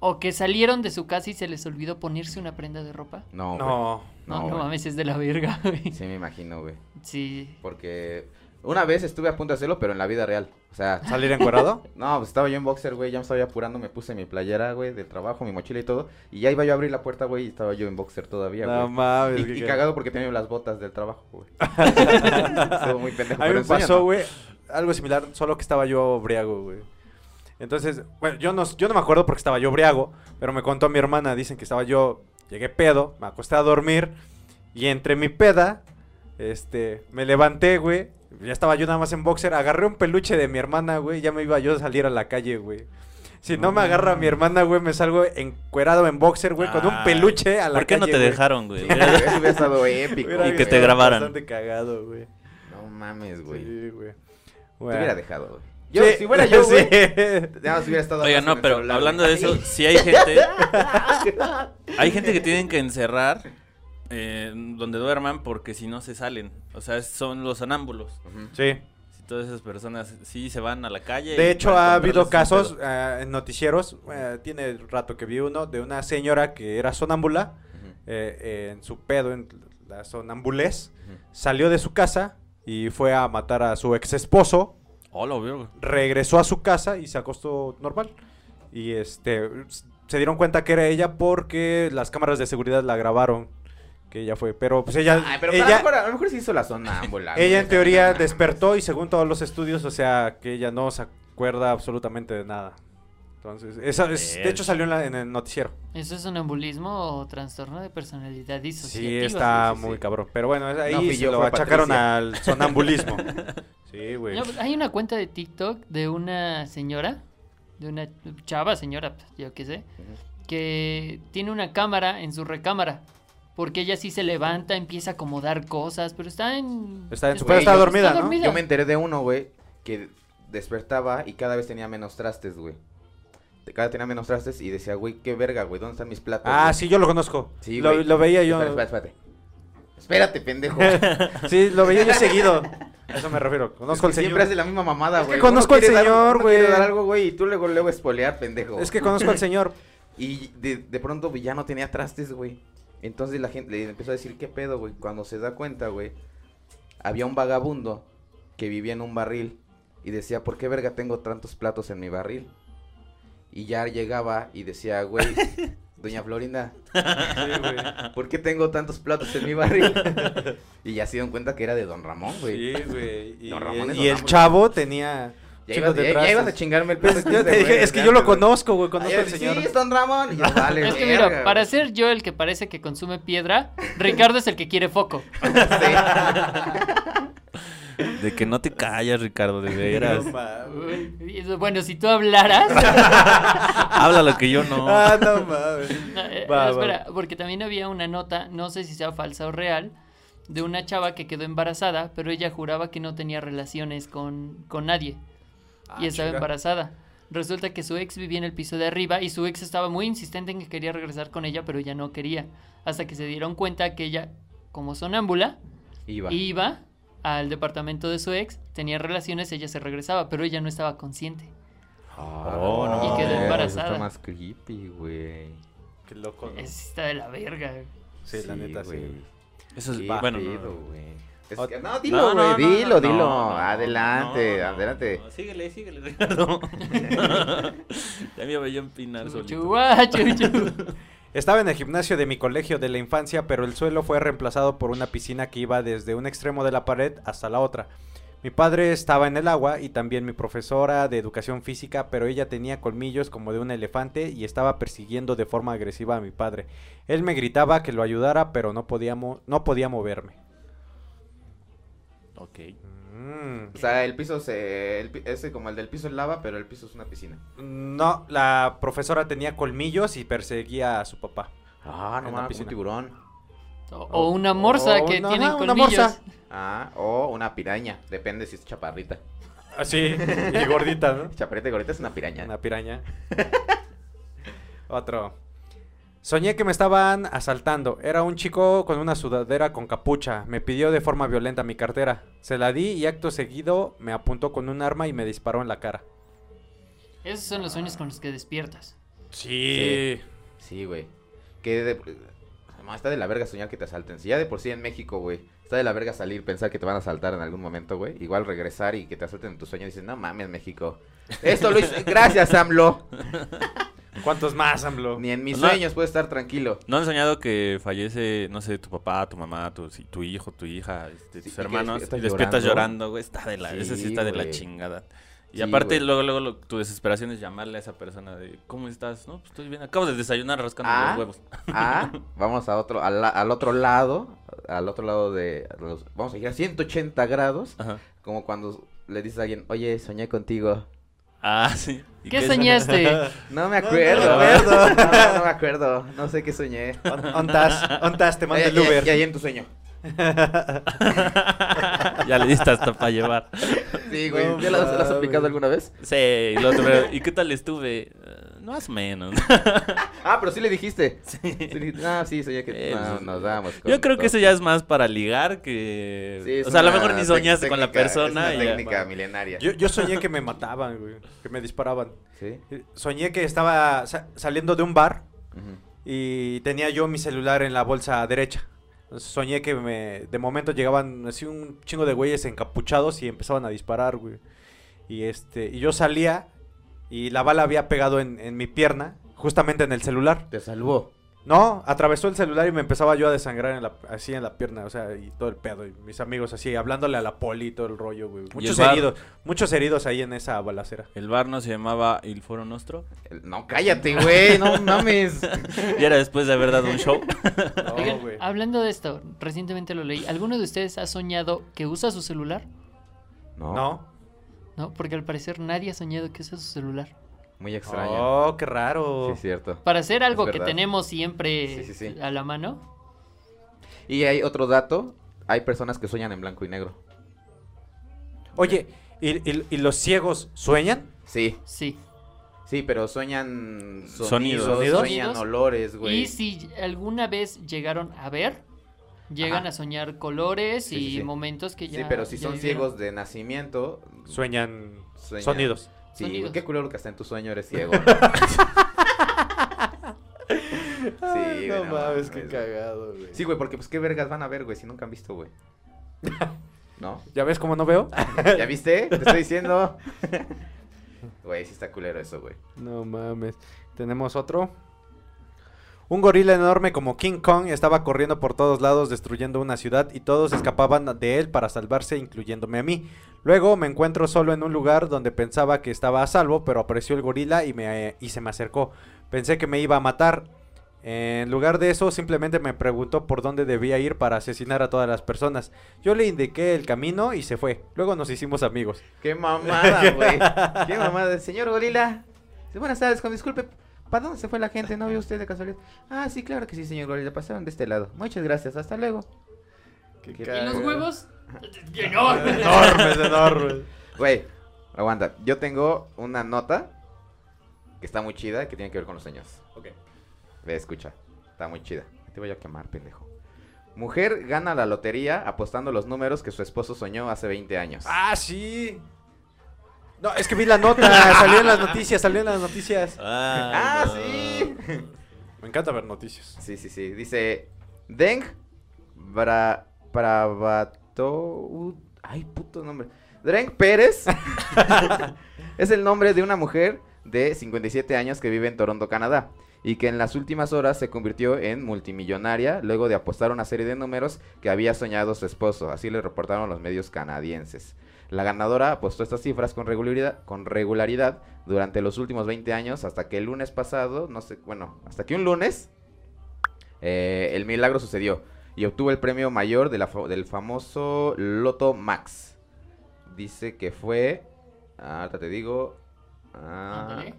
S1: ¿O que salieron de su casa y se les olvidó ponerse una prenda de ropa?
S2: No, güey.
S5: no.
S1: No, no,
S2: güey.
S1: mames, es de la verga, güey.
S2: Sí, me imagino, güey.
S1: Sí.
S2: Porque una vez estuve a punto de hacerlo, pero en la vida real. O sea,
S5: ¿Salir encuerado?
S2: no, pues estaba yo en boxer, güey, ya me estaba apurando, me puse mi playera, güey, de trabajo, mi mochila y todo. Y ya iba yo a abrir la puerta, güey, y estaba yo en boxer todavía,
S5: No
S2: güey.
S5: mames.
S2: Y,
S5: qué
S2: y
S5: cagado.
S2: cagado porque tenía las botas del trabajo, güey. Estuvo muy pendejo.
S5: A mí
S2: pero
S5: me
S2: en sueño,
S5: pasó,
S2: ¿no?
S5: güey, algo similar, solo que estaba yo briago, güey. Entonces, bueno, yo no, yo no me acuerdo porque estaba yo briago, pero me contó mi hermana, dicen que estaba yo, llegué pedo, me acosté a dormir, y entre mi peda, este, me levanté, güey, ya estaba yo nada más en boxer, agarré un peluche de mi hermana, güey, ya me iba yo a salir a la calle, güey. Si no me agarra mi hermana, güey, me salgo encuerado en boxer, güey, con un
S4: Ay,
S5: peluche a la
S4: Ah. ¿Por qué no
S5: calle,
S4: te
S5: güey.
S4: dejaron, güey?
S2: Eso hubiera estado épico.
S5: Hubiera
S4: Y que te
S5: estado
S4: grabaran.
S5: Bastante cagado, güey.
S2: No mames, güey.
S5: Sí, güey.
S2: Te
S5: Bueno.
S2: hubiera dejado, güey. Yo, si fuera yo,
S5: Sí.
S2: güey, nada más hubiera estado... atrás
S4: Oiga,
S2: en
S4: no,
S2: el
S4: pero
S2: celular,
S4: hablando de
S2: güey.
S4: eso, sí hay gente. Hay gente que tienen que encerrar eh, donde duerman porque si no se salen. O sea, son los sonámbulos.
S2: Ujú.
S5: Sí.
S4: Si todas esas personas sí se van a la calle.
S5: De
S4: y
S5: hecho,
S4: para
S5: ha habido
S4: encontrarles un
S5: casos
S4: pedo.
S5: eh, en noticieros, eh, tiene rato que vi uno, de una señora que era sonámbula,
S2: Ujú.
S5: eh, eh, en su pedo, en la sonambulez,
S2: Ujú.
S5: salió de su casa y fue a matar a su ex esposo,
S4: Hola, obvio.
S5: regresó a su casa y se acostó normal. Y este, se dieron cuenta que era ella porque las cámaras de seguridad la grabaron, que ella fue, pero pues ella...
S2: Ay, pero a, lo
S5: ella,
S2: mejor, a lo mejor se hizo la sonámbula. güey.
S5: Ella en teoría
S2: No mames.
S5: despertó y según todos los estudios, o sea, que ella no se acuerda absolutamente de nada. Entonces, esa es- de
S4: Ver.
S5: hecho salió en, la- en el noticiero.
S1: ¿Eso es un embulismo o trastorno de personalidad disociativa?
S5: Sí, está
S2: sí, sí,
S5: muy
S2: sí.
S5: cabrón. Pero bueno, ahí
S2: No fui
S5: se
S2: yo,
S5: lo
S2: fue
S5: achacaron
S2: Patricia.
S5: al sonambulismo. sí,
S2: pues.
S5: güey.
S1: No, pues, hay una cuenta de TikTok de una señora, de una chava, señora, pues, yo qué sé, que tiene una cámara en su recámara. Porque ella sí se levanta, empieza a acomodar cosas, pero está en...
S5: Está en su
S2: pedo, está
S5: dormida, ¿no?
S2: Yo me enteré de uno, güey, que despertaba y cada vez tenía menos trastes, güey. De- Cada vez tenía menos trastes y decía, güey, qué verga, güey, ¿dónde están mis platos?
S5: Ah,
S2: güey?
S5: sí, yo lo conozco.
S2: Sí,
S5: lo,
S2: güey.
S5: lo veía yo.
S2: Espérate, espérate. Espérate, pendejo.
S5: sí, lo veía yo seguido. A eso me refiero. Conozco al
S2: Siempre
S5: señor.
S2: hace la misma mamada,
S5: Es que
S2: güey.
S5: conozco al
S2: Uno quiere dar-
S5: señor,
S2: uno quiere
S5: güey.
S2: dar algo, güey, y tú luego, luego espolear, pendejo.
S5: Es que conozco al señor.
S2: Y de, de pronto güey, ya no tenía trastes, güey. Entonces la gente le empezó a decir, ¿qué pedo, güey? Cuando se da cuenta, güey, había un vagabundo que vivía en un barril y decía, ¿por qué verga tengo tantos platos en mi barril? Y ya llegaba y decía, güey, Doña Florinda,
S5: Sí, güey.
S2: ¿por qué tengo tantos platos en mi barrio? y ya se dieron cuenta que era de Don Ramón, güey.
S5: Sí, güey. Y,
S2: Don Ramón es
S5: y
S2: Don
S5: el
S2: Ramón.
S5: chavo tenía.
S2: Ya,
S5: chicos
S2: ibas, ya- ya ibas a chingarme el plato.
S5: Pues Yo te dije, es que yo lo conozco, güey. Conozco al
S2: Sí,
S5: señor.
S2: es Don Ramón. Y yo, vale,
S1: Es que
S2: verga,
S1: mira,
S2: güey.
S1: para ser yo el que parece que consume piedra, Ricardo es el que quiere foco.
S4: De que no te callas, Ricardo, de veras.
S5: No mames.
S1: Y eso, Bueno, si tú hablaras.
S4: Habla lo que yo no.
S5: Ah, no mames.
S1: No, eh,
S5: Va, va.
S1: espera, porque también había una nota, no sé si sea falsa o real, de una chava que quedó embarazada, pero ella juraba que no tenía relaciones con, con nadie. y
S5: Ah,
S1: estaba
S5: chinga.
S1: embarazada. Resulta que su ex vivía en el piso de arriba y su ex estaba muy insistente en que quería regresar con ella, pero ella no quería. Hasta que se dieron cuenta que ella, como sonámbula,
S2: Iba.
S1: iba al departamento de su ex, tenía relaciones, ella se regresaba, pero ella no estaba consciente.
S4: Oh, no
S1: Y quedó
S2: mames,
S1: embarazada.
S2: Está más creepy, güey.
S5: Qué loco. ¿no?
S1: Es- está de la verga.
S5: Sí, la neta, sí.
S4: Eso es.
S2: Qué
S4: bueno, no,
S2: pedo,
S4: no.
S2: güey. Es
S5: Ot-
S2: que- no,
S4: No,
S2: dilo,
S4: no,
S2: güey,
S4: no,
S2: dilo,
S4: no,
S2: dilo.
S4: no, no,
S2: adelante,
S4: no, no,
S2: adelante.
S4: no, síguele, síguele, Ricardo. ya me voy a empinar
S1: Chu,
S4: solito.
S1: chu, ah, chu, chu.
S5: Estaba en el gimnasio de mi colegio de la infancia, pero el suelo fue reemplazado por una piscina que iba desde un extremo de la pared hasta la otra. Mi padre estaba en el agua y también mi profesora de educación física, pero ella tenía colmillos como de un elefante y estaba persiguiendo de forma agresiva a mi padre. Él me gritaba que lo ayudara, pero no podía, mo- no podía moverme.
S4: Ok.
S5: Mm.
S2: O sea, el piso se, el pi- ese como el del piso es lava, pero el piso es una piscina.
S5: No, la profesora tenía colmillos y perseguía a su papá.
S2: Ah,
S5: no mames,
S2: mames,
S5: piscina.
S2: un tiburón.
S1: O, o una morsa
S5: O
S1: que
S5: una-
S1: tiene
S5: ajá, una
S1: colmillos.
S5: morsa.
S2: Ah, o una piraña, depende si es chaparrita.
S5: Así, Ah, y gordita, ¿no?
S2: Chaparrita y gorita es una piraña.
S5: Una piraña. Otro. Soñé que me estaban asaltando. Era un chico con una sudadera con capucha. Me pidió de forma violenta mi cartera. Se la di y acto seguido me apuntó con un arma y me disparó en la cara.
S1: Esos son los sueños con los que despiertas.
S2: Sí. Sí, güey. Que de... Además, está de la verga soñar que te asalten. Si ya de por sí en México, güey, está de la verga salir, pensar que te van a asaltar en algún momento, güey. Igual regresar y que te asalten en tu sueño y dices, no mames, México. Esto lo hice, gracias, AMLO.
S5: ¿Cuántos más, AMLO?
S2: Ni en mis
S4: No.
S2: sueños puedo estar tranquilo.
S4: ¿No han soñado que fallece, no sé, tu papá, tu mamá, tu, si- tu hijo, tu hija,
S2: Sí,
S4: este,
S2: y
S4: tus
S2: que
S4: hermanos?
S2: despiertas
S4: y despiertas
S2: llorando.
S4: llorando, güey. Está de la, ese sí
S2: Sí,
S4: está de la
S2: güey.
S4: chingada. Y
S2: Sí,
S4: aparte,
S2: güey.
S4: luego, luego, lo- tu desesperación es llamarle a esa persona de, ¿cómo estás? No, pues estoy bien. Acabo de desayunar rascando
S2: Ah.
S4: los huevos.
S2: Ah, vamos a otro, al, al otro lado, al otro lado de, los- vamos a ir a 180 grados,
S4: Ajá.
S2: como cuando le dices a alguien, oye, soñé contigo.
S4: Ah, sí. ¿Y
S1: ¿Qué
S4: es?
S1: soñaste?
S2: No me acuerdo.
S5: No, no me acuerdo.
S2: No, no me acuerdo. No sé qué soñé.
S5: On- Ontas, ontas, te manda
S2: Ay,
S5: el
S2: ay, ay,
S5: Uber.
S2: Y ahí en tu sueño.
S4: ya le diste hasta para llevar.
S2: Sí, güey.
S5: No
S2: ¿Ya lo has, lo has
S5: mames.
S2: aplicado alguna vez?
S4: Sí, y, lo otro, pero, ¿y qué tal estuve? Eh, más o menos.
S2: Ah, pero sí le dijiste. Sí. le dijiste, ah, sí, soñé que
S4: Eh,
S2: no,
S4: pues,
S2: nos damos.
S4: Yo creo que eso
S2: se
S4: ya es más para ligar que...
S2: Sí, es
S4: o sea, a lo
S2: una
S4: mejor ni
S2: tec-
S4: soñaste con la
S2: técnica,
S4: persona.
S2: Es
S4: y
S2: una
S4: ya.
S2: técnica milenaria.
S5: Yo, yo soñé que me mataban, güey. Que me disparaban. Eh,
S2: Sí.
S5: Soñé que estaba sa- saliendo de un bar
S2: Ujú.
S5: y tenía yo mi celular en la bolsa derecha. Entonces, soñé que me, de momento llegaban así un chingo de güeyes encapuchados y empezaban a disparar, güey. Y este, y yo salía y la bala había pegado en, en mi pierna, justamente en el celular.
S2: Te salvó.
S5: No, atravesó el celular y me empezaba yo a desangrar en la, así en la pierna, o sea, y todo el pedo. Y mis amigos así, hablándole a la poli y todo el rollo, güey. Muchos
S4: el bar?
S5: heridos, muchos heridos ahí en esa balacera.
S4: El bar no se llamaba Il Foro Nostro.
S2: El- No, cállate, güey. No mames.
S4: Y era después de haber dado un show.
S5: No,
S1: Oigan,
S5: güey.
S1: hablando de esto, recientemente lo leí. ¿Alguno de ustedes ha soñado que usa su celular?
S2: No.
S5: No.
S1: No, porque al parecer nadie ha soñado que usa su celular.
S2: Muy extraño.
S5: Oh, qué raro.
S2: Sí, es cierto.
S1: Para hacer algo que
S2: verdad.
S1: tenemos siempre
S2: Sí, sí, sí.
S1: a la mano.
S2: Y hay otro dato. Hay personas que sueñan en blanco y negro.
S5: Oye, ¿y, y- y los ciegos sueñan?
S2: Sí,
S1: Sí.
S2: sí, pero sueñan sonidos,
S4: Sonidos.
S5: ¿Sonidos?
S2: sueñan olores, güey.
S1: Y si alguna vez llegaron a ver, llegan
S2: Ajá.
S1: a soñar colores
S2: Sí,
S1: y
S2: sí, sí.
S1: momentos que ya.
S2: sí, pero si
S1: ya
S2: son
S1: vivieron.
S2: ciegos de nacimiento,
S5: Sueñan,
S2: Sueñan.
S5: sonidos.
S2: Sí,
S1: Sonidos.
S2: güey, qué culero que hasta en tu sueño eres ciego. ¿no? sí, güey, no mames, güey.
S5: cagado, güey.
S2: Sí, güey, porque pues qué vergas van a ver, güey, si nunca han visto, güey. ¿No?
S5: ¿Ya ves cómo no veo?
S2: ¿Ya viste? Te estoy diciendo. Güey, sí está culero eso, güey.
S5: No mames. Tenemos otro. Un gorila enorme como King Kong estaba corriendo por todos lados destruyendo una ciudad y todos escapaban de él para salvarse, incluyéndome a mí. Luego me encuentro solo en un lugar donde pensaba que estaba a salvo, pero apareció el gorila y, me, y se me acercó. Pensé que me iba a matar. En lugar de eso, simplemente me preguntó por dónde debía ir para asesinar a todas las personas. Yo le indiqué el camino y se fue. Luego nos hicimos amigos.
S2: Qué mamada, güey. Qué mamada. Señor Gorila. Sí, Buenas tardes, con disculpe. ¿Para dónde se fue la gente? ¿No vio usted de casualidad? Ah, sí, claro que sí, señor Gorila. Pasaron de este lado. Muchas gracias. Hasta luego. Qué
S1: ¿Y los
S2: cagado.
S1: huevos? ¡Enorme!
S5: Enormes, enormes.
S2: Güey, aguanta. Yo tengo una nota que está muy chida que tiene que ver con los sueños.
S4: Ok.
S2: Ve, escucha. Está muy chida. Te voy a quemar, pendejo. Mujer gana la lotería apostando los números que su esposo soñó hace 20 años.
S5: Ah, sí. No, es que vi la nota, salió en las noticias, salió en las noticias.
S4: Ah,
S2: ¡Ah,
S4: no.
S2: sí!
S5: Me encanta ver noticias.
S2: Sí, sí, sí. Dice Deng Bra Bravato. Ay, puto nombre. Deng Pérez es el nombre de una mujer de 57 años que vive en Toronto, Canadá. Y que en las últimas horas se convirtió en multimillonaria luego de apostar una serie de números que había soñado su esposo. Así le reportaron los medios canadienses. La ganadora apostó estas cifras con regularidad, con regularidad durante los últimos 20 años hasta que el lunes pasado, no sé, bueno, hasta que un lunes eh, el milagro sucedió y obtuvo el premio mayor de la fa- del famoso Loto Max. Dice que fue. ah, Ahorita te digo. ah,
S1: Ándale.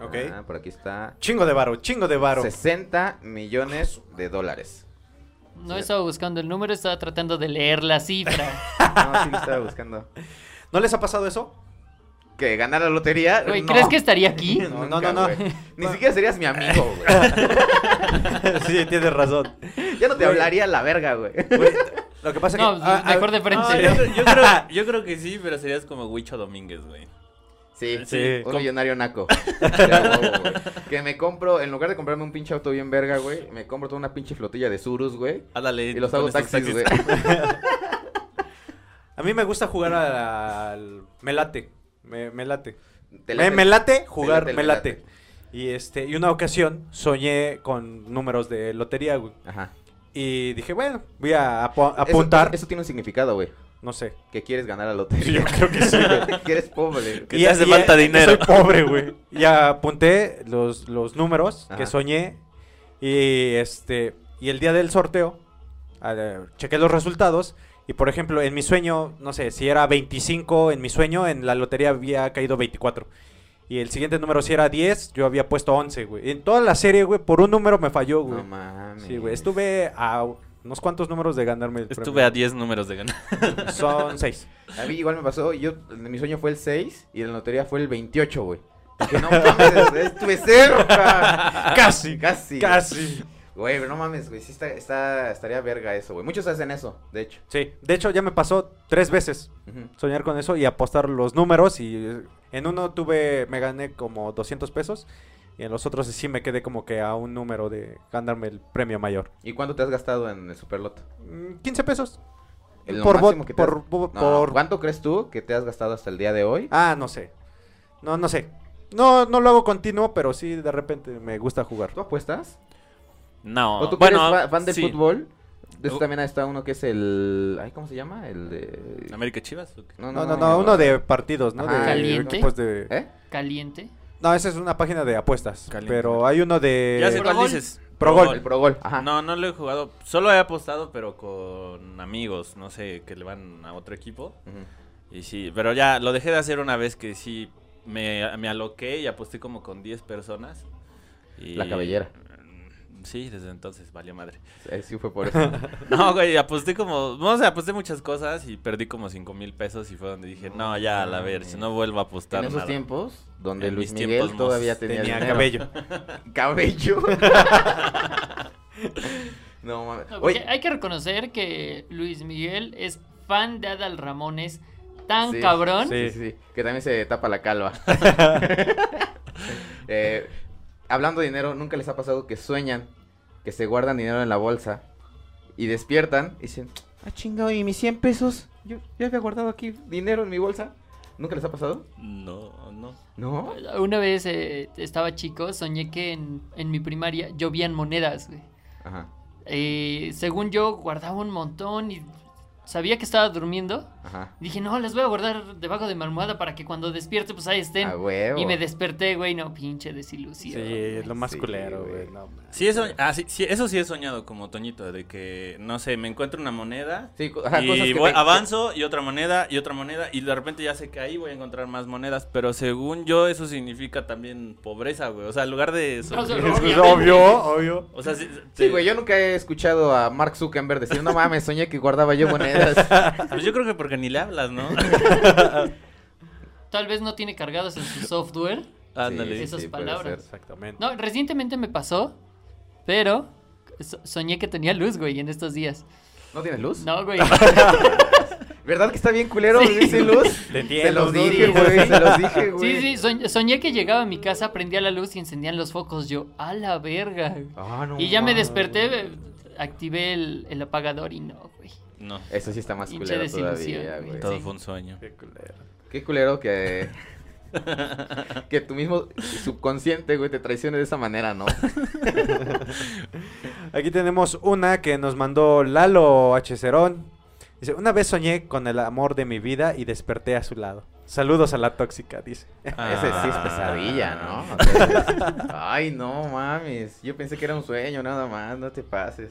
S5: Ok.
S2: ah, por aquí está.
S5: Chingo de varo, chingo de varo.
S2: 60 millones de dólares.
S1: No estaba buscando el número, estaba tratando de leer la cifra.
S2: No, sí lo estaba buscando.
S5: ¿No les ha pasado eso?
S2: ¿Que ganar la lotería?
S1: Güey,
S2: No.
S1: ¿crees que estaría aquí?
S2: No, no,
S5: No, no, no.
S2: no. Ni siquiera serías mi amigo, güey.
S5: sí, tienes razón.
S2: Ya no te
S5: Güey.
S2: hablaría la verga, güey.
S5: Lo que pasa es
S1: No,
S5: que. ah, ah,
S1: mejor de frente.
S4: No, yo, creo- yo creo, yo creo que sí, pero serías como Huicho Domínguez, güey.
S2: Sí,
S5: Sí.
S2: un
S5: Com-
S2: millonario naco. Ya, huevo, güey. que me compro, en lugar de comprarme un pinche auto bien verga, güey, me compro toda una pinche flotilla de Surus, güey.
S4: Ándale.
S2: Y los
S4: con
S2: hago
S4: esos
S2: taxis, güey.
S5: A mí me gusta jugar al. Me late. Me, me late.
S2: Te
S5: Me,
S2: late-
S5: me late jugar,
S2: late el
S5: me
S2: me
S5: late.
S2: late.
S5: Y este, y una ocasión soñé con números de lotería, güey.
S2: Ajá.
S5: Y dije, bueno, voy a apu-
S2: Eso-
S5: apuntar.
S2: Eso, eso tiene un significado, güey.
S5: No sé.
S2: Que quieres ganar la lotería.
S5: yo creo que sí,
S2: que eres pobre.
S4: Que te hace falta
S5: eh, que
S4: dinero.
S5: Soy pobre, güey. Y apunté los, los números que
S2: Ajá.
S5: soñé. Y este. Y el día del sorteo. a ver, chequé los resultados. Y por ejemplo, en mi sueño, no sé, si era 25 en mi sueño, en la lotería había caído 24. Y el siguiente número, si era 10, yo había puesto 11, güey. En toda la serie, güey, por un número me falló, güey.
S2: No mames.
S5: sí, güey. Estuve a unos cuantos números de ganarme el
S4: Estuve a 10 números de ganar.
S5: premio. Son 6.
S2: A mí igual me pasó. Yo, mi sueño fue el 6 y la lotería fue el 28, güey. Dije, no mames, estuve cerca.
S5: Casi,
S2: Casi.
S5: Casi.
S2: Güey, pero no mames, güey. Sí, está, está- estaría verga eso, güey. Muchos hacen eso, de hecho.
S5: Sí. De hecho, ya me pasó tres veces.
S2: Ujú.
S5: soñar con eso y apostar los números y eh, en uno tuve me gané como 200 pesos y en los otros sí me quedé como que a un número de ganarme el premio mayor.
S2: ¿Y cuánto te has gastado en el superloto?
S5: Mm, 15 pesos.
S2: Lo
S5: Por bot,
S2: máximo que te
S5: por,
S2: has-
S5: bo-
S2: No,
S5: por-
S2: ¿Cuánto crees tú que te has gastado hasta el día de hoy?
S5: Ah, no sé. No, no sé. No, no lo hago continuo, pero sí de repente me gusta jugar.
S2: ¿Tú apuestas?
S4: No.
S2: ¿O tú que
S4: bueno,
S2: eres fa- fan del
S4: sí.
S2: fútbol? De eso
S4: Uh.
S2: también está uno que es el... Ay, ¿Cómo se llama? El de...
S4: ¿América Chivas? o qué?
S5: No, no, no, uno de partidos, ¿no?
S2: Ajá.
S5: de,
S1: Caliente.
S5: equipos de-
S2: ¿Eh?
S1: Caliente.
S5: No, esa es una página de apuestas,
S4: Caliente.
S5: pero hay uno
S2: Eh,
S4: Ya sé
S5: de
S1: Pro
S4: cuál
S1: Gol.
S4: dices.
S5: Pro Gol.
S2: El Pro Gol. Ajá.
S4: No, no lo he jugado. Solo he apostado, pero con amigos, no sé, que le van a otro equipo.
S2: Ujú.
S4: Y sí, pero ya lo dejé de hacer una vez que sí me, me aloqué y aposté como con 10 personas. Y-
S2: La cabellera.
S4: Mm, Sí, desde entonces valió madre.
S2: Eh, Sí fue por eso.
S4: No, güey, aposté como. No sé, aposté muchas cosas y perdí como 5 mil pesos. Y fue donde dije, no, ya, a la ver, si no vuelvo a apostar.
S2: en esos
S4: nada".
S2: tiempos, donde
S4: En
S2: Luis
S4: mis
S2: Miguel
S4: tiempos,
S2: todavía
S4: mozos,
S2: tenía,
S5: tenía
S2: dinero.
S5: cabello.
S2: Cabello. no mames.
S1: No, porque
S2: Oye,
S1: hay que reconocer que Luis Miguel es fan de Adal Ramones tan
S2: Sí,
S1: cabrón.
S5: sí.
S2: sí, sí, sí, que también se tapa la calva. Eh, hablando de dinero, ¿nunca les ha pasado que sueñan que se guardan dinero en la bolsa y despiertan y dicen, ah, chingado, ¿y mis 100 pesos? Yo ya había guardado aquí dinero en mi bolsa. ¿Nunca les ha pasado?
S4: No, no.
S2: No.
S1: Una vez eh, estaba chico, soñé que en, en mi primaria llovían monedas, güey.
S2: Ajá,
S1: Eh, según yo, guardaba un montón y sabía que estaba durmiendo.
S2: ajá.
S1: Dije, no, las voy a guardar debajo de mi almohada para que cuando despierte, pues ahí estén.
S2: A huevo.
S1: Y me desperté, güey, no, pinche desilusión.
S5: Sí, es lo más
S2: Sí,
S5: culero,
S2: güey.
S5: güey. no, man.
S4: Sí, eso, ah, sí, sí, eso sí he soñado como Toñito, de que, no sé, me encuentro una moneda
S2: Sí, co- ajá,
S4: y
S2: cosas que
S4: voy-
S2: te-
S4: avanzo y otra moneda y otra moneda y de repente ya sé que ahí voy a encontrar más monedas, pero según yo eso significa también pobreza, güey. O sea, en lugar de... eso-
S1: No,
S5: Es
S1: Obviamente.
S5: que es obvio, obvio.
S4: o sea, sí,
S2: Sí, güey, yo nunca he escuchado a Mark Zuckerberg decir, no mames, soñé que guardaba yo monedas.
S4: Pues yo creo que porque ni le hablas, ¿no?
S1: Tal vez no tiene cargados en su software.
S4: Ándale.
S1: Esas
S2: puede
S1: palabras.
S2: ser.
S5: Exactamente.
S1: No, recientemente me pasó, pero so- soñé que tenía luz, güey, en estos días.
S2: ¿No tienes luz?
S1: No, güey.
S2: ¿Verdad que está bien culero
S1: Sí.
S2: vivir sin luz?
S5: Te
S2: Se
S5: entiendo,
S2: los
S5: ¿no?
S2: dije, güey, se los dije, güey.
S1: Sí, sí, soñ- soñé que llegaba a mi casa, prendía la luz y encendían los focos. Yo, a la verga.
S2: Ah, no
S1: y ya me
S2: mames.
S1: desperté, eh, activé el, el apagador y no, güey.
S4: No,
S2: Eso sí está más
S1: Pinche
S2: culero
S1: desilusión,
S2: todavía,
S1: güey.
S2: güey.
S4: todo
S1: Sí.
S4: fue un sueño.
S5: Qué culero.
S2: Qué culero que. que tu mismo subconsciente, güey, te traicione de esa manera, ¿no?
S5: Aquí tenemos una que nos mandó Lalo H. Cerón. Dice, una vez soñé con el amor de mi vida y desperté a su lado. Saludos a la tóxica, dice.
S2: Ese sí es pesadilla, ¿no? O sea, es- Ay, no mames. Yo pensé que era un sueño, nada más. No te pases.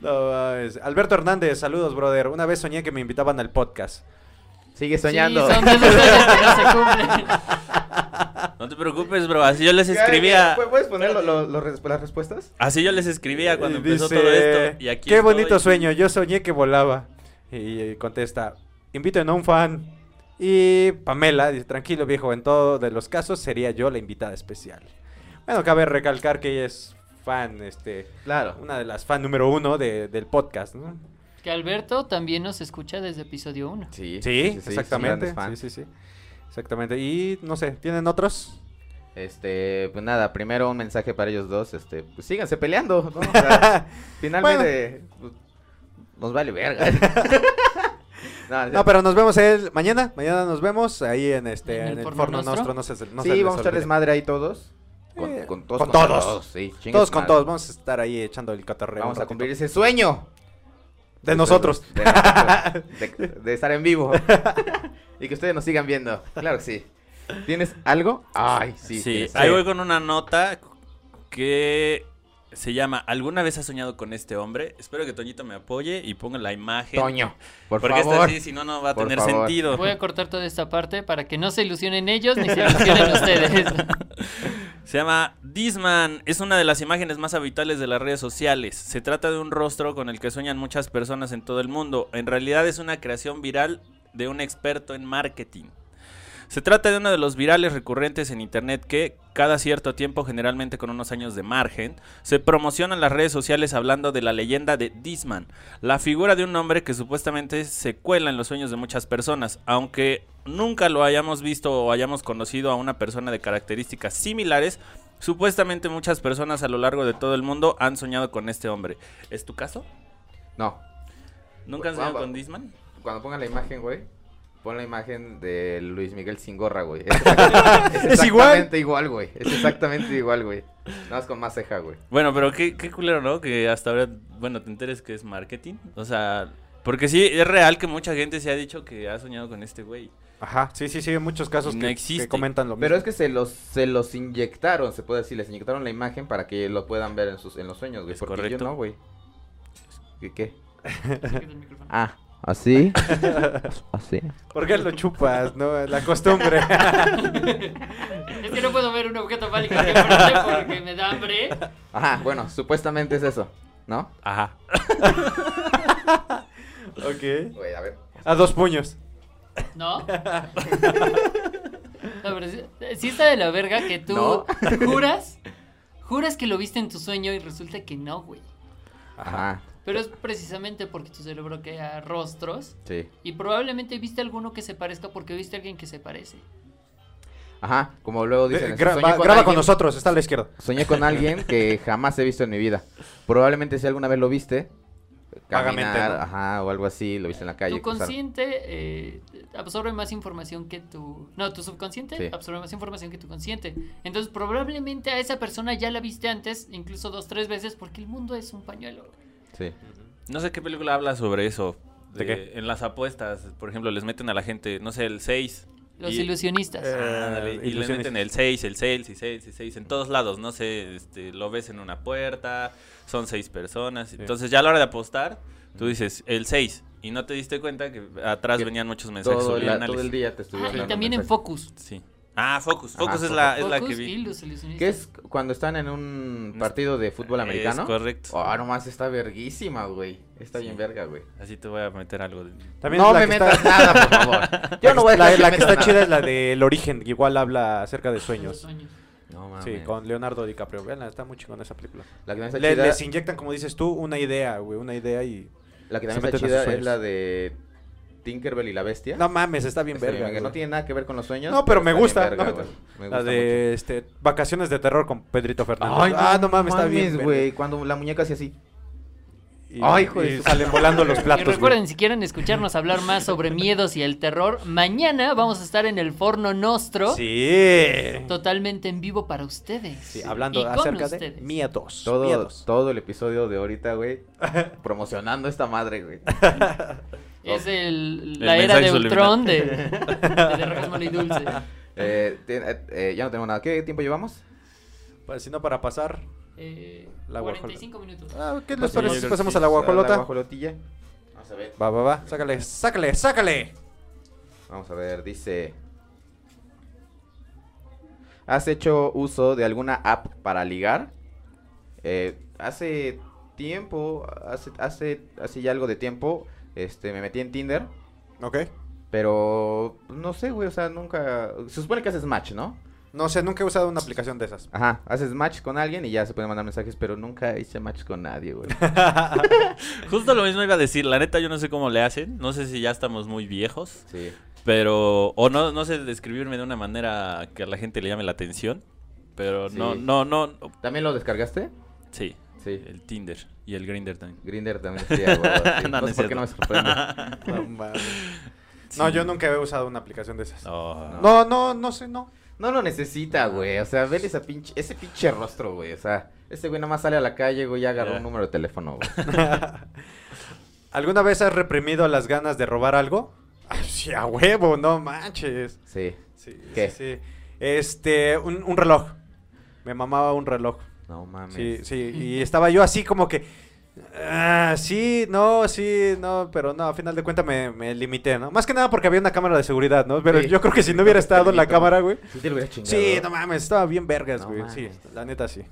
S5: No mames. Alberto Hernández, saludos, brother. Una vez soñé que me invitaban al podcast.
S2: Sigue soñando.
S1: Sí, son de esos sueños que no se cumplen.
S4: Ah, No te preocupes, bro. Así yo les
S2: Ya, ya,
S4: escribía...
S2: ¿pu- ¿Puedes poner lo- lo- lo res- las respuestas?
S4: Así yo les escribía cuando
S5: Eh,
S4: empezó
S5: dice,
S4: todo esto. Y aquí
S5: Qué
S4: estoy".
S5: bonito sueño, yo soñé que volaba. Y eh, contesta, inviten a un fan. Y Pamela dice, tranquilo viejo, en todos de los casos sería yo la invitada especial. Bueno, cabe recalcar que ella es fan, este,
S2: Claro.
S5: una de las fan número uno de- del podcast, ¿no?
S1: Que Alberto también nos escucha desde episodio 1.
S2: Sí,
S5: Sí,
S2: sí, sí,
S5: exactamente.
S2: grandes fans.
S5: Sí, sí, sí. Exactamente. Y no sé, ¿tienen otros?
S2: Este, pues nada, primero un mensaje para ellos dos, este, pues síganse peleando, ¿no? O sea, finalmente pues, nos vale verga. no,
S5: No, pero nos vemos el mañana. Mañana nos vemos ahí en este
S1: ¿En
S5: en
S1: el
S5: el,
S1: Forno
S5: forno
S1: Nostro?
S5: nuestro. No se, no se
S2: sí,
S5: les
S2: vamos a echar
S5: olvide.
S2: desmadre ahí todos. Con,
S5: Eh,
S2: con todos.
S5: con
S2: contra
S5: todos.
S2: sí, chingue
S5: Todos
S2: su
S5: con
S2: madre.
S5: todos, vamos a estar ahí echando el cotorreo.
S2: Vamos a
S5: un ratito.
S2: cumplir este ese sueño.
S5: De nosotros.
S2: De, nosotros, de- de estar en vivo. y que ustedes nos sigan viendo. Claro que sí. ¿Tienes algo? Ay, sí.
S4: Sí,
S2: tienes
S4: ahí
S2: algo.
S4: voy con una nota que se llama ¿Alguna vez has soñado con este hombre? Espero que Toñito me apoye y ponga la imagen.
S2: Toño, por
S4: porque
S2: favor.
S4: esta sí, si no, no va a
S2: Por
S4: tener
S2: favor.
S4: sentido.
S1: Voy a cortar toda esta parte para que no se ilusionen ellos ni se ilusionen ustedes.
S4: Se llama Disman. Es una de las imágenes más habituales de las redes sociales. Se trata de un rostro con el que sueñan muchas personas en todo el mundo. En realidad es una creación viral de un experto en marketing. Se trata de uno de los virales recurrentes en internet que, cada cierto tiempo, generalmente con unos años de margen, se promocionan las redes sociales hablando de la leyenda de Disman, la figura de un hombre que supuestamente se cuela en los sueños de muchas personas, aunque nunca lo hayamos visto o hayamos conocido a una persona de características similares. Supuestamente muchas personas a lo largo de todo el mundo han soñado con este hombre. ¿Es tu caso?
S2: No,
S4: ¿Nunca has
S2: Guau,
S4: soñado
S2: guau.
S4: con Disman?
S2: Cuando pongan la imagen, güey, pon la imagen de Luis Miguel sin gorra, güey. Es, exact- es
S5: Es igual.
S2: exactamente igual, güey. Es exactamente igual, güey. Nada más con más ceja, güey.
S4: Bueno, pero qué, qué culero, ¿no? Que hasta ahora, bueno, te enteres que es marketing. O sea, porque sí, es real que mucha gente se ha dicho que ha soñado con este güey.
S5: Ajá, sí, sí, sí, hay muchos casos
S4: No
S5: que,
S4: existe.
S5: que comentan lo mismo.
S2: Pero es que se los, se los inyectaron, se puede decir, les inyectaron la imagen para que lo puedan ver en sus, en los sueños, güey.
S4: Es
S2: porque
S4: correcto.
S2: yo no, güey. ¿Qué qué? Ah, así. así.
S5: ¿Por qué lo chupas, no? La costumbre.
S1: Es que no puedo ver un objeto pálido que frente porque me da hambre.
S2: Ajá, bueno, supuestamente es eso, ¿no?
S4: Ajá.
S5: ok.
S2: Güey, a ver.
S5: A dos puños.
S1: ¿No? No, pero sí, sí está de la verga que tú
S2: No.
S1: juras, juras que lo viste en tu sueño y resulta que no, güey.
S2: Ajá,
S1: Pero es precisamente porque tu cerebro crea rostros
S2: sí.
S1: y probablemente viste alguno que se parezca porque viste a alguien que se parece.
S2: Ajá, como luego dicen.
S5: Eh,
S2: eso,
S5: gra-
S2: soñé
S5: va- graba con
S2: alguien-
S5: nosotros, está a la izquierda.
S2: Soñé con alguien que jamás he visto en mi vida. Probablemente si alguna vez lo viste,
S5: Vagamente,
S2: caminar,
S5: ¿no?
S2: ajá, o algo así, lo viste en la calle.
S1: Tu
S2: cruzar.
S1: consciente eh, absorbe más información que tu... No, tu subconsciente
S2: Sí.
S1: absorbe más información que tu consciente. Entonces probablemente a esa persona ya la viste antes, incluso dos, tres veces, porque el mundo es un pañuelo.
S2: Sí.
S4: No sé qué película habla sobre eso.
S5: ¿De qué?
S4: En las apuestas, por ejemplo, les meten a la gente, no sé, el 6.
S1: Los
S4: y,
S1: ilusionistas.
S5: Eh,
S2: Ah,
S4: Ándale, y les
S5: ilusiones.
S4: meten el 6, el 6, y 6, y 6, en todos lados, no sé, este, lo ves en una puerta, son 6 personas. Entonces ya a la hora de apostar, tú dices el 6 y no te diste cuenta que atrás
S2: Que
S4: venían muchos mensajes
S2: Todo, la-
S4: subliminales.
S2: todo el día te estuvieron
S1: Ah, y
S2: dando
S1: también en
S2: mensajes.
S1: Focus.
S4: Sí. Ah, Focus,
S2: Ajá,
S4: Focus es,
S2: Focus.
S4: la, es la
S1: Focus
S4: que
S1: y
S4: vi.
S1: los ilusionistas.
S2: ¿Qué es cuando están en un partido de fútbol
S4: Es
S2: americano?
S4: correcto.
S2: Ah, nomás está verguísima, güey. Está
S4: Sí.
S2: bien verga, güey.
S4: Así te voy a meter algo. de-
S5: También
S2: No
S5: la
S2: me
S5: que está-
S2: metas nada, por favor. Yo no voy a
S5: la,
S2: dejar me
S5: la que está
S2: metas
S5: chida
S2: nada.
S5: es la del origen, que igual habla acerca de
S1: Los
S5: sueños.
S1: sueños.
S2: No mames.
S5: Sí, con Leonardo DiCaprio. Veanla, está muy chingona esa película.
S2: La que también está
S5: Le-
S2: chida,
S5: les inyectan, como dices tú, una idea, güey, una idea y...
S2: la que
S5: se
S2: también está
S5: meten a sus
S2: chida es
S5: sueños.
S2: la de Tinkerbell y la bestia.
S5: No mames, está bien
S2: Está bien
S5: verga.
S2: verga. No
S5: güey.
S2: tiene nada que ver con los sueños.
S5: No, pero me
S2: está bien
S5: gusta,
S2: verga,
S5: no me-
S2: güey. Me
S5: La
S2: gusta
S5: de este, Vacaciones de Terror con Pedrito Fernández.
S2: mucho. Ay,
S5: ah, no mames, está bien. verga.
S2: güey. Cuando la muñeca hace así.
S5: Y,
S2: Ay, hijo de
S5: y
S2: su-
S5: salen volando los
S1: Y
S5: platos.
S1: recuerden,
S5: güey.
S1: si quieren escucharnos hablar más sobre miedos y el terror, mañana vamos a estar en el Forno Nostro,
S5: Sí.
S1: totalmente en vivo para ustedes.
S5: Sí, hablando
S1: Y con
S5: acerca de
S1: ustedes.
S5: miedos.
S2: Todo,
S5: miedos.
S2: todo el episodio de ahorita, güey. promocionando esta madre, güey.
S1: Es el,
S4: El
S1: la era
S4: mensaje
S1: de
S4: subliminal.
S1: Ultron de, de, Orgasmo y Dulce.
S2: Eh, ti- eh, eh, ya no tengo nada. ¿Qué tiempo llevamos?
S5: Pues, si no, para pasar.
S1: Eh,
S5: La
S1: 45 minutos.
S5: Ah, ¿Qué les
S2: Pues,
S5: parece
S4: yo
S5: si
S4: creo
S5: pasamos
S4: que
S5: a la
S2: sí.
S5: guacolota?
S2: La guajolotilla. Vamos a ver.
S5: Va, va, va. Sácale, sácale, sácale.
S2: Vamos a ver, dice. ¿Has hecho uso de alguna app para ligar? Eh, hace tiempo, hace, hace, hace ya algo de tiempo, este, me metí en Tinder,
S5: Ok.
S2: pero pues, no sé, güey, o sea, nunca... Se supone que haces match, ¿no?
S5: No sé, nunca he usado una aplicación de esas.
S2: Ajá, haces match con alguien y ya se pueden mandar mensajes, pero nunca hice match con nadie, güey.
S4: Justo lo mismo iba a decir, la neta yo no sé cómo le hacen, no sé si ya estamos muy viejos,
S2: Sí.
S4: pero o no no sé describirme de una manera que a la gente le llame la atención, pero no
S2: Sí.
S4: no no
S2: ¿También lo descargaste?
S4: sí,
S2: Sí.
S4: el Tinder y el Grinder también.
S2: Grinder también sí, a huevo, sí.
S4: No, no
S2: No sé
S4: es
S2: por qué
S4: cierto.
S2: no me sorprende.
S5: No, mames. No, yo nunca he usado una aplicación de esas. No,
S2: Ah.
S4: No.
S5: no, no, sé, no.
S2: No lo necesita, güey. O sea, vele esa pinche, ese pinche rostro, güey. O sea, ese güey nada más sale a la calle, güey, ya agarró
S4: Ya.
S2: un número de teléfono, güey.
S5: ¿Alguna vez has reprimido las ganas de robar algo? Ay, sí, a huevo, no manches.
S2: Sí.
S5: Sí,
S2: ¿Qué?
S5: sí, sí. Este, un, un reloj. Me mamaba un reloj.
S2: No mames.
S5: Sí, sí. Y estaba yo así como que. ah, sí, no, sí, no, pero no, a final de cuentas me, me limité, ¿no? Más que nada porque había una cámara de seguridad, ¿no? Pero
S2: Sí.
S5: yo creo que si no hubiera estado en la
S2: Permítame.
S5: cámara, güey.
S2: Sí, te lo hubiera chingado.
S5: Sí, no mames, estaba bien vergas,
S2: No
S5: güey. Sí,
S2: mames.
S5: la neta sí.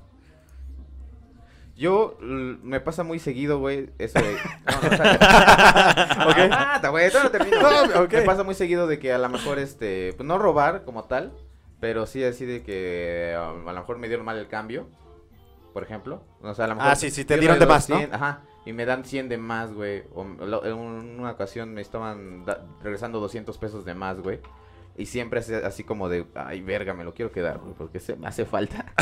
S2: Yo l- me pasa muy seguido, güey, eso de... No, no, Ah, está
S5: Ok.
S2: bien. Mata, güey, todavía no termino.
S5: No, ok.
S2: Me pasa muy seguido de que a lo mejor, este, pues no robar como tal, pero sí así de que um, a lo mejor me dieron mal el cambio, por ejemplo. O sea, a lo mejor...
S5: Ah, sí, sí, te
S2: yo
S5: dieron de
S2: doy
S5: más, ¿no?
S2: 100, Ajá, y me dan 100 de más, güey. O m- lo- en un- una ocasión me estaban da- regresando 200 pesos de más, güey. Y siempre es así como de, ay, verga, me lo quiero quedar, güey, porque se me hace falta.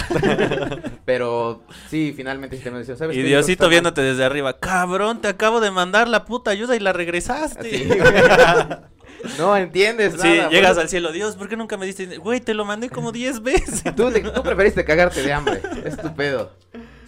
S2: Pero sí, finalmente sí te me decía, ¿sabes
S4: Y
S2: qué? Yo creo que está
S4: Diosito
S2: mal".
S4: viéndote desde arriba, cabrón, te acabo de mandar la puta ayuda y la regresaste.
S2: Sí,
S4: Sí,
S2: güey. no entiendes nada. por
S4: llegas
S2: eso-
S4: al cielo, Dios, ¿por qué nunca me diste? dinero? Güey, te lo mandé como 10 veces.
S2: Tú, te- tú preferiste cagarte de hambre, estupendo.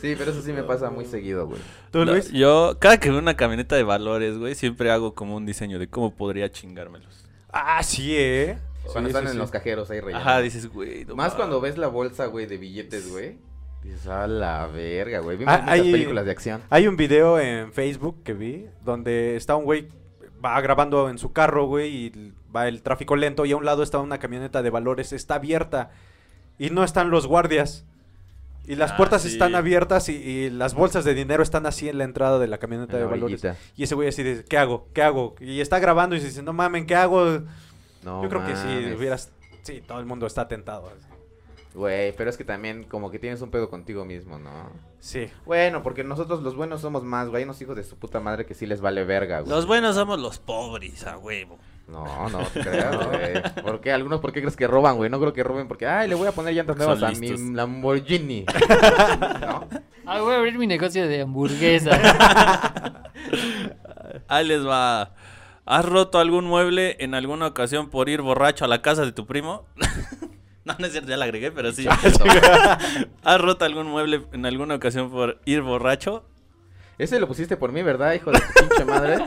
S2: Sí, pero eso sí me pasa muy seguido, güey.
S5: ¿Tú,
S4: No,
S5: Luis?
S4: yo, cada que veo una camioneta de valores, güey, siempre hago como un diseño de cómo podría chingármelos.
S5: Ah, sí, eh.
S2: Cuando
S5: Sí,
S2: están
S5: sí,
S2: en
S5: sí.
S2: los cajeros ahí rellenando.
S4: Ajá, dices, güey. no
S2: Más
S4: mames.
S2: cuando ves la bolsa, güey, de billetes, güey. Dices, a la verga, güey. Vimos
S5: Ah,
S2: muchas
S5: hay-
S2: películas de acción.
S5: Hay un video en Facebook que vi donde está un güey va grabando en su carro, güey, y va el tráfico lento y a un lado está una camioneta de valores, está abierta y no están los guardias. Y las
S4: Ah,
S5: puertas
S4: sí.
S5: están abiertas y, y las bolsas de dinero están así en la entrada de la camioneta
S2: En
S5: de
S2: la
S5: valores.
S2: orillita.
S5: Y ese güey así dice, ¿qué hago? ¿Qué hago? Y está grabando y se dice, no mamen, ¿qué hago?
S2: No
S5: Yo creo que si
S2: mames.
S5: hubieras... Sí, todo el mundo está tentado.
S2: Güey, pero es que también como que tienes un pedo contigo mismo, ¿no?
S5: Sí.
S2: Bueno, porque nosotros los buenos somos más, güey. Hay unos hijos de su puta madre que sí les vale verga, güey.
S4: Los buenos somos los pobres, a huevo.
S2: No, no te creas, güey. ¿Por qué? ¿Algunos por qué crees que roban, güey? No creo que roben porque, ay, le voy a poner llantas
S4: Son
S2: nuevas a mi
S4: listos.
S2: Lamborghini. ¿No?
S1: Ah, voy a abrir mi negocio de hamburguesas.
S4: Ahí les va. ¿Has roto algún mueble en alguna ocasión por ir borracho a la casa de tu primo? no, no es cierto, ya la agregué, pero Ah, sí. ¿Has roto algún mueble en alguna ocasión por ir borracho?
S2: Ese lo pusiste por mí, ¿verdad, hijo de tu pinche madre?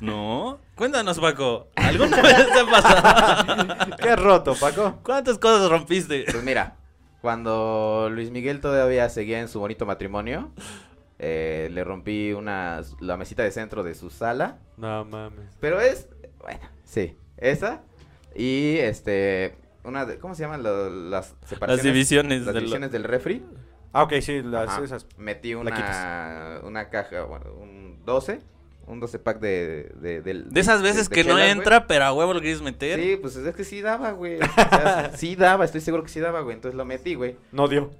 S4: No. Cuéntanos, Paco. ¿Alguna vez te ha pasado?
S5: ¿Qué has roto, Paco?
S4: ¿Cuántas cosas rompiste?
S2: Pues mira, cuando Luis Miguel todavía seguía en su bonito matrimonio, eh, le rompí una, la mesita de centro de su sala.
S5: No mames.
S2: Pero es, bueno, sí, esa. Y este, una de, ¿cómo se llaman lo- las separaciones?
S4: divisiones
S2: Las
S4: de lo-
S2: divisiones del refri.
S5: Ah, ok, sí, las
S2: Ajá.
S5: esas.
S2: Metí
S5: la
S2: una, una caja, bueno, un 12, un 12 pack de... De, del-
S4: De esas veces
S2: de
S4: que no
S2: chelas, güey.
S4: entra, pero a huevo lo quieres meter.
S2: Sí, pues es que sí daba, güey. O sea, sí daba, estoy seguro que sí daba, güey. Entonces lo metí, güey.
S5: No dio.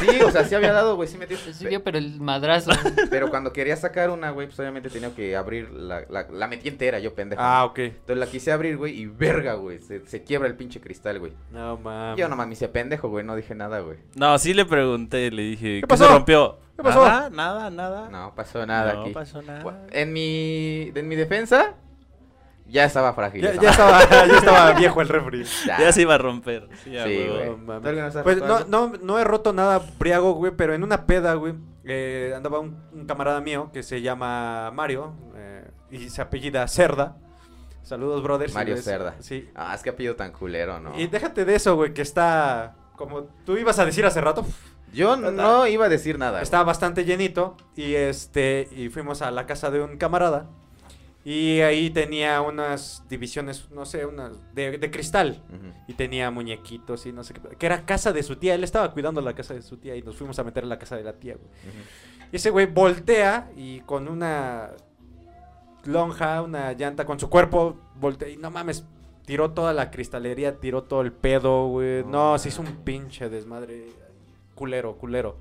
S2: Sí, o sea, sí había dado, güey, sí metí.
S1: Eso
S2: Pe-
S1: yo, pero el madrazo.
S2: Pero cuando quería sacar una, güey, pues obviamente tenía que abrir la, la, la metí entera, yo pendejo.
S5: Ah, ok.
S2: Entonces la quise abrir, güey, y verga, güey. Se, se quiebra el pinche cristal, güey.
S5: No
S4: Ah,
S5: mames.
S2: Yo nomás me hice pendejo, güey, no dije nada, güey.
S4: No, sí le pregunté, le dije, ¿qué,
S5: pasó?
S4: se rompió?
S5: ¿Qué pasó?
S4: Nada, nada, nada.
S2: No pasó nada
S4: Ah. No
S2: aquí.
S4: pasó nada.
S2: En mi, en mi defensa, ya estaba frágil.
S5: Ya,
S2: esa
S5: ya
S2: madre.
S5: estaba, ya estaba viejo el refri.
S2: Ya.
S4: Ya se iba a romper. Sí, a
S2: Sí,
S4: huevo.
S2: güey.
S5: No mames.
S2: ¿Tú alguna vez has
S5: Pues
S2: roto
S5: no, no, no he roto nada briago, güey, pero en una peda, güey, eh, andaba un, un camarada mío que se llama Mario eh, y se apellida Cerda. Saludos, brothers.
S2: Mario
S5: Y es-
S2: Cerda.
S5: Sí.
S2: Ah, es que ha pedido tan culero, ¿no?
S5: Y déjate de eso, güey, que está, como tú ibas a decir hace rato,
S2: Yo no iba a decir nada.
S5: estaba bastante llenito y este y fuimos a la casa de un camarada y ahí tenía unas divisiones, no sé, unas de, de cristal.
S2: güey. Ujú.
S5: Y tenía muñequitos y no sé qué. Que era casa de su tía. Él estaba cuidando la casa de su tía y nos fuimos a meter en la casa de la tía, güey. Y ese güey voltea y con una lonja, una llanta, con su cuerpo, voltea y no mames. Tiró toda la cristalería, tiró todo el pedo, güey. No, se hizo un pinche desmadre. Culero, culero.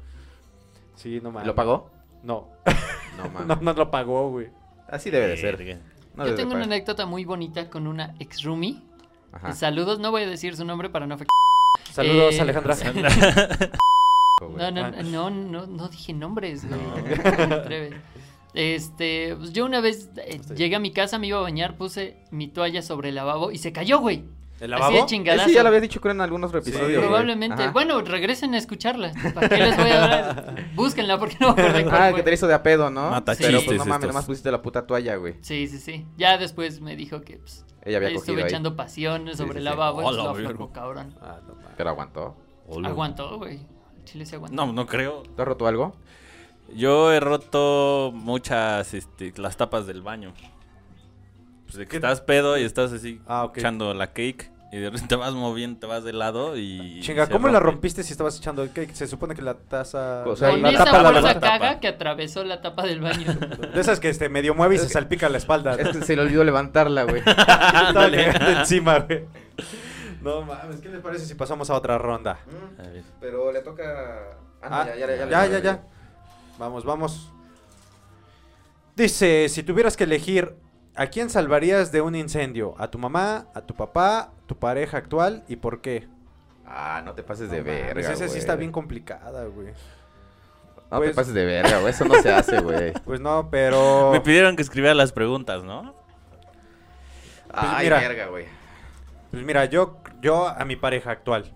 S5: Sí, no mames.
S2: ¿Lo pagó?
S5: No,
S2: No mames.
S5: no, no lo pagó, güey.
S2: Así debe de ser.
S4: Verga.
S2: No debe
S1: yo
S2: de
S1: tengo una
S2: pagar.
S1: anécdota muy bonita con una ex roomie. Eh,
S2: Ajá.
S1: Saludos, no voy a decir su nombre para no afectar.
S5: Saludos,
S1: Eh,
S5: Alejandra.
S1: No, no,
S5: Ah.
S1: no, no, no dije nombres. güey. No te atreves. Este, pues yo una vez eh, llegué a mi casa, me iba a bañar, puse mi toalla sobre el lavabo y se cayó, güey.
S5: ¿El
S1: Así de
S5: lavabo?
S1: chingadazo.
S2: Ese ya lo habías dicho creo en algunos episodios. güey.
S1: Probablemente.
S2: Ajá.
S1: Bueno, regresen a escucharla. ¿Para qué les voy a dar? Búsquenla porque no me acuerdo cuál
S2: Ah, que
S1: fue.
S2: te hizo de a pedo, ¿no?
S4: Mata
S2: Pero
S1: chistes
S2: pues, no mames,
S4: estos.
S2: nomás pusiste la puta toalla, güey.
S1: Sí, sí, sí. Ya después me dijo que pues,
S2: Ella había cogido
S1: estuve
S2: ahí.
S1: echando pasiones
S2: Sí,
S1: sobre
S2: sí,
S1: el
S2: sí.
S1: lavabo. entonces
S4: Hola,
S1: lo
S4: verga.
S1: aflojó, cabrón.
S5: Ah, no mames.
S2: Pero aguantó.
S1: Aguantó, güey. Chile se aguantó.
S4: No, no creo.
S2: ¿Tú has roto algo?
S4: Yo he roto muchas, este, las tapas del baño. Pues de que
S5: ¿Qué?
S4: estás pedo y estás así
S5: Ah, ok.
S4: echando la cake y de repente te vas moviendo, te vas de lado y...
S5: Chinga,
S4: se
S5: ¿cómo la
S4: rompe.
S5: rompiste si estabas echando el cake? Se supone que la taza...
S2: O sea,
S1: Con
S2: la
S1: esa
S2: tapa, la
S1: bolsa
S2: tapa.
S1: caga que atravesó la tapa del baño.
S5: De esas que este, medio mueve y se salpica la espalda.
S2: Es que Este, se le olvidó levantarla, güey.
S5: Estaba llegando encima, güey. No mames, ¿qué les parece si pasamos a otra ronda?
S4: A ver.
S2: Pero le toca...
S5: Ah, ya, ya, ya. Vamos, vamos. Dice, si tuvieras que elegir, ¿a quién salvarías de un incendio? ¿A tu mamá, a tu papá, tu pareja actual y por qué?
S2: Ah, no te pases
S5: No
S2: de
S5: mames,
S2: verga,
S5: Esa sí
S2: güey.
S5: está bien complicada, güey.
S2: No
S5: Pues-
S2: te pases de verga, güey. Eso no se hace, güey.
S5: Pues no, pero...
S4: Me pidieron que escribiera las preguntas, ¿no?
S2: Ay,
S5: mira.
S2: verga, güey.
S5: Pues mira, yo, yo a mi pareja actual.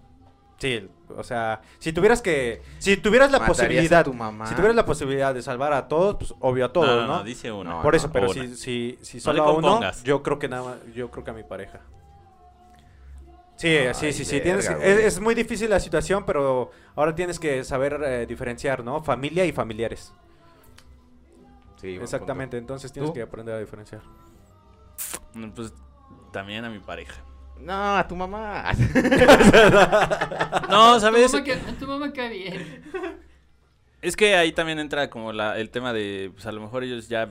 S5: Sí, o sea, si tuvieras que... Si tuvieras la
S2: ¿Matarías a
S5: posibilidad...
S2: tu mamá?
S5: Si tuvieras la posibilidad de salvar a todos, pues obvio a todos,
S4: no,
S5: ¿no?
S4: no, dice uno.
S2: No,
S5: Por eso, pero
S4: Una.
S5: si, si, si
S4: No le
S5: solo a uno,
S4: compongas.
S5: yo creo que nada más- yo creo que a mi pareja. Sí,
S2: Ay,
S5: sí, sí, sí.
S2: verga,
S5: Tienes, que-
S2: güey.
S5: es, es muy difícil la situación, pero ahora tienes que saber eh, diferenciar, ¿no? Familia y familiares.
S2: Sí, buen
S5: Exactamente, entonces tienes
S2: ¿Tú?
S5: que aprender a diferenciar.
S4: Mm, Pues también a mi pareja.
S2: punto. No, a tu mamá.
S4: No, ¿sabes?
S1: Tu mamá, que- tu mamá cae bien.
S4: Es que ahí también entra como la, el tema de, pues a lo mejor ellos ya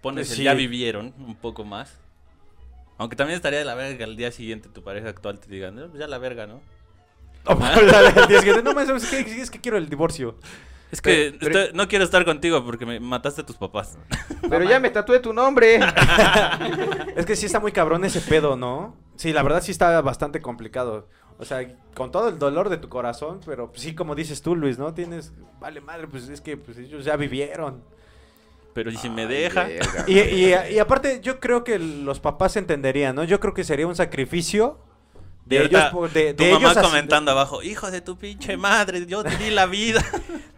S4: pones
S5: Pues
S4: el
S5: sí.
S4: ya vivieron un poco más. Aunque también estaría de la verga que al día siguiente tu pareja actual te diga, no, pues ya la verga, ¿no?
S5: No, mames, al día siguiente, no, mames, ¿sabes qué? es que quiero el divorcio.
S4: Es que
S2: Pero- pero-
S4: estoy- no quiero estar contigo porque me mataste a tus papás.
S2: Pero ya me tatué tu nombre.
S5: Es que sí está muy cabrón ese pedo, ¿no? Sí, la verdad sí está bastante complicado. O sea, con todo el dolor de tu corazón, pero pues, sí, como dices tú, Luis, ¿no? Tienes, vale madre, pues es que pues, ellos ya vivieron.
S4: Pero ¿y si me deja.
S2: Verga.
S5: Y, y- y aparte, yo creo que los papás entenderían, ¿no? Yo creo que sería un sacrificio
S4: Y
S5: de
S4: ahorita
S5: ellos. por- De,
S4: Tu
S5: de
S4: mamá
S5: ellos así-
S4: comentando abajo, hijo de tu pinche madre, yo te di la vida.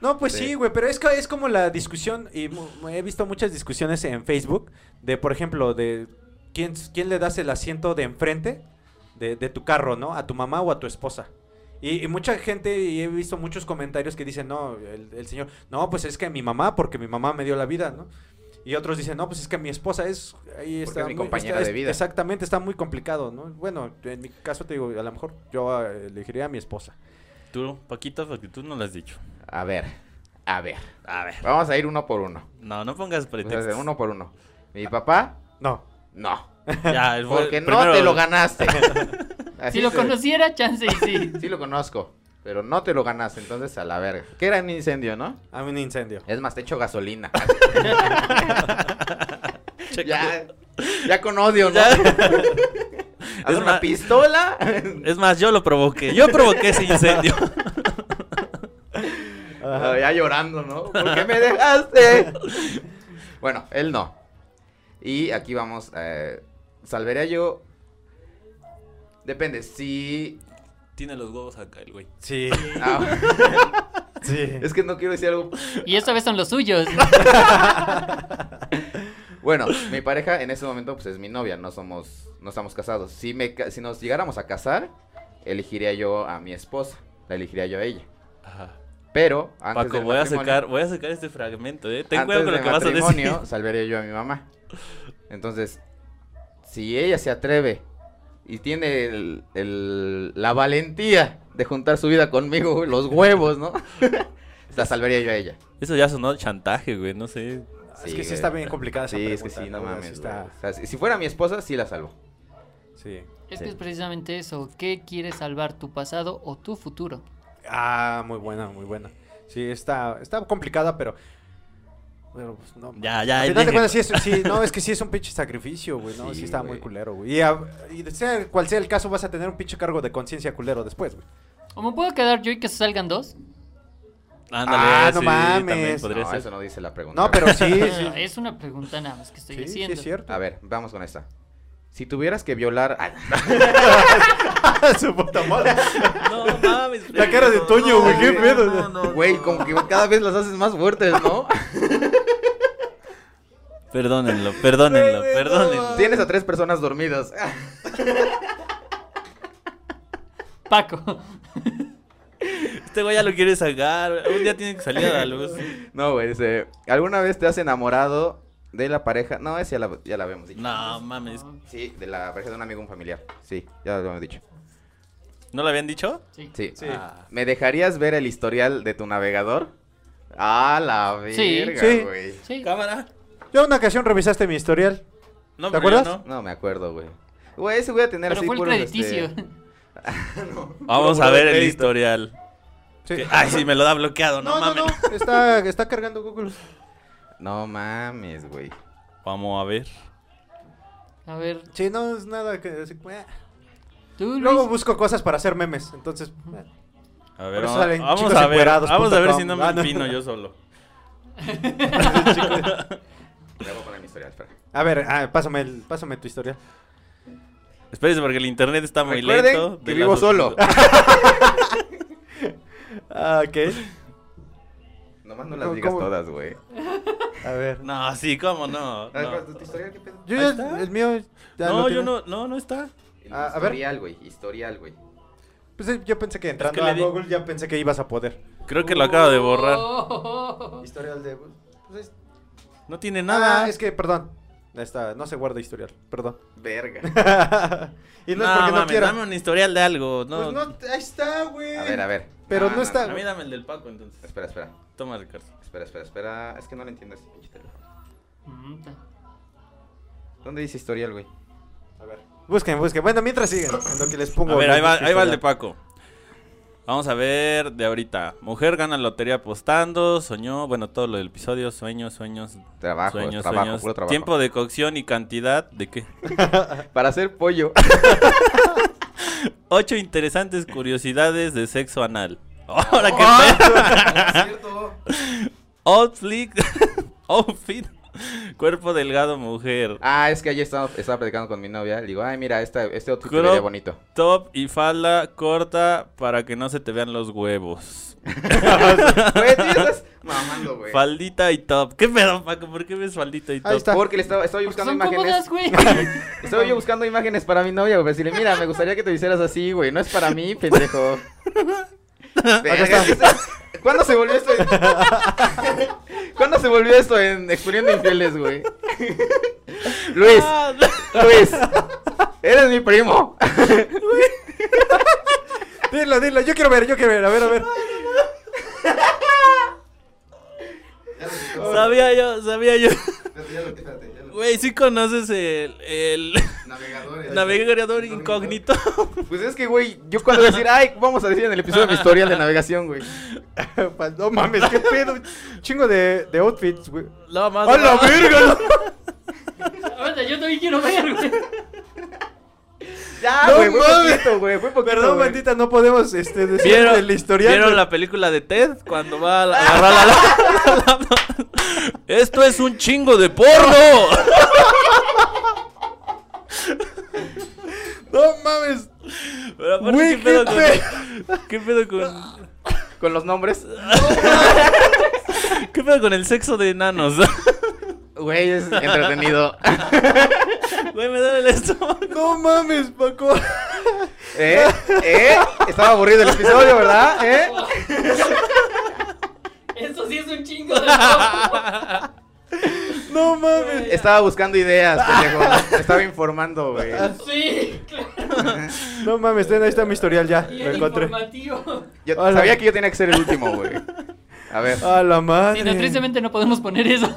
S5: No, pues
S2: Sí.
S5: sí, güey, pero es que es como la discusión, y mu- he visto muchas discusiones en Facebook, de por ejemplo, de quién, quién le das el asiento de enfrente de, de tu carro, ¿no? A tu mamá o a tu esposa. Y, y mucha gente, y he visto muchos comentarios que dicen, no, el, el señor, no, pues es que a mi mamá, porque mi mamá me dio la vida, ¿no? Y otros dicen, no, pues es que mi esposa es... Ahí
S2: Porque
S5: está
S2: es mi
S5: muy-
S2: compañera
S5: está-
S2: de vida.
S5: Exactamente, está muy complicado, ¿no? Bueno, en mi caso te digo, a lo mejor yo eh, elegiría a mi esposa.
S4: Tú, Paquito, porque tú no lo has dicho.
S2: A ver, a ver.
S4: A ver.
S2: Vamos a ir uno por uno.
S4: No, no pongas
S2: O sea,
S4: pretextos.
S2: uno por uno. Mi papá,
S5: No,
S2: no.
S4: Ya, fue-
S2: Porque no
S4: primero-
S2: te lo ganaste. Así
S1: Si lo
S2: te-
S1: conociera, chance y sí.
S2: Sí lo conozco, pero no te lo ganaste, entonces a la verga. Que era un incendio, ¿no?
S5: a un incendio.
S2: Es más, te echo gasolina.
S4: Checa.
S2: ya, ya con odio, ¿no?
S4: Ya.
S2: Haz
S4: Es
S2: una
S4: más-
S2: pistola.
S4: Es más, yo lo provoqué. Yo provoqué ese incendio.
S2: Ah, Ya llorando, ¿no? ¿Por qué me dejaste? bueno, él no. Y aquí vamos. eh, Salvaría yo. Depende, si.
S4: Tiene los huevos acá el güey.
S5: Sí,
S2: Ah,
S5: sí.
S2: es que no quiero decir algo.
S1: Y esta vez son los suyos.
S2: Bueno, mi pareja en ese momento pues es mi novia, no somos, no estamos casados. Si me, ca- si nos llegáramos a casar, elegiría yo a mi esposa, la elegiría yo a ella.
S4: Ajá.
S2: Pero antes
S4: Paco,
S2: del
S4: voy a
S2: matrimonio-
S4: sacar, voy a sacar este fragmento, eh. Ten
S2: antes
S4: cuidado con lo
S2: del
S4: que vas a decir.
S2: matrimonio, salvaría yo a mi mamá. Entonces, si ella se atreve y tiene el- el- la valentía de juntar su vida conmigo, güey, los huevos, ¿no? la salvaría yo a ella.
S4: Eso ya sonó chantaje, güey, no sé.
S5: es
S2: Sí,
S5: que sí
S2: güey.
S5: está bien complicada esa
S2: Sí, es que
S5: pregunta,
S2: sí, no
S5: güey?
S2: mames.
S5: Sí está-
S2: güey. O sea, si si fuera mi esposa, sí la salvo.
S5: sí.
S1: Es
S2: Sí.
S1: que es precisamente eso. ¿Qué quieres salvar, tu pasado o tu futuro?
S5: Ah, muy buena, muy buena. Sí, está, está complicada, pero... Pero pues no.
S4: Ya, ya,
S5: Al final
S4: dejen.
S5: de cuentas, sí es- sí, no, es que sí es un pinche sacrificio, güey, ¿no?
S2: Sí,
S5: Sí, está
S2: güey.
S5: muy culero, güey. Y, a- y sea cual sea el caso, vas a tener un pinche cargo de conciencia culero después, güey.
S1: ¿O me puedo quedar yo y que salgan dos?
S4: Ándale,
S5: Ah, no
S4: sí,
S5: mames.
S4: también podría
S2: No,
S4: ser.
S2: eso no dice la pregunta.
S5: No, pero sí, sí.
S1: Ah, Es una pregunta nada más que estoy
S5: Sí, sí,
S1: haciendo.
S5: es cierto.
S2: A ver, vamos con esta. Si tuvieras que violar a...
S5: Su puta madre.
S4: No mames.
S5: La cara de
S4: no,
S5: Toño,
S4: no,
S5: güey, qué pedo.
S4: no, no, no.
S2: Güey, como que cada vez las haces más fuertes, ¿no?
S4: Perdónenlo, perdónenlo,
S5: Güey, güey, no
S4: perdónenlo.
S2: Tienes a tres personas dormidas.
S1: Paco.
S4: Este güey ya lo quiere sacar. Un día tiene que salir a la luz.
S2: No, güey, dice... ¿Alguna vez te has enamorado de la pareja? No, esa ya la, ya la habíamos dicho.
S4: No mames.
S2: Sí, de la pareja de un amigo, un familiar. Sí, ya lo habíamos dicho.
S4: ¿No lo habían dicho?
S1: Sí.
S2: Sí.
S5: Sí.
S4: Ah.
S2: ¿Me dejarías ver el historial de tu navegador? Ah, la
S1: Sí.
S2: verga,
S5: Sí.
S2: güey.
S1: Sí.
S4: Cámara.
S5: Yo una ocasión revisaste mi historial.
S4: No,
S5: ¿Te
S4: pero yo
S5: acuerdas?
S2: No me acuerdo, güey. Güey, ese voy a tener
S1: Pero
S2: así
S1: fue el
S2: puros, este,
S1: crediticio.
S4: no. Vamos a
S2: Puro
S4: ver el
S2: crédito.
S4: historial.
S5: Sí.
S4: Que- Ay, sí, me lo da bloqueado, no,
S5: No, no,
S4: mames.
S5: no. Está, está cargando Google.
S2: No mames, güey.
S4: Vamos a ver.
S1: A ver,
S5: Sí, no es nada que... así, eh.
S1: tú, Luis.
S5: Luego busco cosas para hacer memes, entonces... eh.
S4: A ver,
S5: Por eso
S4: vamos,
S5: salen
S4: vamos
S5: chicos
S4: a ver.
S5: encuerados
S4: Vamos
S5: punto
S4: a ver
S5: com.
S4: si no
S5: Ah,
S4: me
S5: no.
S4: empino yo solo.
S2: Le voy a poner mi historial, espera.
S5: A ver, ah, pásame, el, pásame tu historial.
S4: Espérense porque el internet está muy
S2: Recuerden
S4: lento.
S2: que
S4: De
S2: vivo
S4: las-
S2: solo.
S5: Ah, ok.
S2: Nomás no
S5: ¿Cómo-
S2: las digas
S5: cómo?
S2: todas, güey.
S5: A ver.
S4: No, sí, cómo no.
S2: A ver,
S4: No,
S2: ¿tu historial qué pedo?
S5: Yo
S4: Ahí
S5: ya-
S4: está.
S5: el mío... ya
S4: No,
S5: lo
S4: yo
S5: tenía.
S4: no, no, no está.
S2: El
S5: Ah, a ver.
S2: historial, güey. Historial, güey.
S5: Pues eh, yo pensé que entrando
S4: le
S5: a
S4: di-
S5: Google ya pensé que ibas a poder.
S4: Creo que lo acabo de borrar.
S1: Oh.
S5: Historial de... Pues
S4: No tiene
S5: nada.
S4: nada.
S5: Ah, es que, perdón. Ahí Está, no se guarda historial, perdón.
S2: Verga.
S5: y no, es porque no
S4: mames,
S5: quiera.
S4: dame un historial de algo. No,
S5: Pues no, ahí está, güey.
S2: A ver, a ver.
S5: Pero
S2: Ah,
S5: no está-
S4: A mí dame el del Paco entonces.
S2: Espera, espera.
S4: Toma, Ricardo.
S2: Espera, espera, espera. Es que no le entiendo a ese pinche teléfono.
S1: Mm, ta.
S2: ¿Dónde dice historial, güey?
S5: A ver. Busquen, busquen. Bueno, mientras siguen, en lo que les pongo.
S4: A ver,
S5: el
S4: ahí va,
S5: mismo
S4: ahí va el de
S5: historial.
S4: Paco. Vamos a ver de ahorita. Mujer gana lotería apostando, soñó, bueno, todo lo del episodio, sueños, sueños,
S2: Trabajo,
S4: sueños,
S2: trabajo,
S4: sueños.
S2: puro trabajo.
S4: Tiempo de cocción y cantidad, ¿de qué?
S2: Para hacer pollo.
S4: Ocho interesantes curiosidades de sexo anal. Ahora que
S5: Oh.
S4: Outfit, outfit, cuerpo delgado mujer.
S2: Ah, es que ayer estaba, estaba platicando con mi novia. Le digo, ay, mira, esta, este outfit te
S4: Crop
S2: vería bonito.
S4: Top y falda corta para que no se te vean los huevos.
S2: Güey, tú ya estás Pues, mamando, güey.
S4: Faldita y top. ¿Qué pedo, Paco? ¿Por qué ves faldita y top?
S5: Ahí está.
S2: Porque le estaba, estaba yo
S1: Porque
S2: buscando
S1: son
S2: imágenes.
S1: cómodas, güey.
S2: Estaba yo buscando imágenes para mi novia, güey. para Decirle, mira, me gustaría que te hicieras así, güey. No es para mí, pendejo. Verga,
S5: está.
S2: ¿qué es- ¿Cuándo se volvió esto? en- ¿Cuándo se volvió esto en Exponiendo Infieles, güey? Luis,
S4: Ah,
S2: Luis, eres mi primo.
S5: Dilo, dilo, yo quiero ver, yo quiero ver, a ver, a ver.
S4: sabía yo, sabía yo. Güey, ¿sí conoces el, el navegador incógnito?
S2: Pues es que, güey, yo cuando decir, ay, vamos a decir en el episodio mi historial de navegación, güey.
S5: Pues, No mames, qué pedo. Chingo de, de outfits, güey.
S4: No, más.
S5: ¡A la
S4: no.
S5: verga!
S1: Ahorita yo también quiero ver, güey.
S2: Ya,
S5: No
S2: güey, fue
S5: mames.
S2: poquito, güey, fue poquito,
S5: Perdón,
S2: güey.
S5: bandita, no podemos este, decir
S4: ¿Vieron,
S5: el historial.
S4: ¿Vieron
S5: güey.
S4: la película de Ted? Cuando va a la- agarrar la, la- Esto es un chingo de porno.
S5: No mames.
S4: Pero aparte,
S5: Güey,
S4: ¿qué, pedo
S5: qué
S4: con, ¿qué pedo con.
S2: Con los nombres.
S4: ¿Qué pedo con el sexo de enanos?
S2: Güey, es entretenido.
S4: Güey, me duele el estómago.
S5: No mames, Paco.
S2: ¿Eh? ¿Eh? Estaba aburrido el episodio, ¿verdad? ¿Eh?
S1: Eso sí es un chingo de cómodo.
S5: No mames.
S2: Estaba buscando ideas, pendejo. Estaba informando, güey.
S1: Sí, claro.
S5: No mames, ten, ahí está mi historial ya.
S1: Y
S5: Lo
S1: el
S5: encontré.
S1: informativo.
S2: Yo
S5: Hola. Ah.
S2: sabía que yo tenía que ser el último, güey. A ver.
S5: A la madre.
S1: Sí, no, tristemente no podemos poner eso.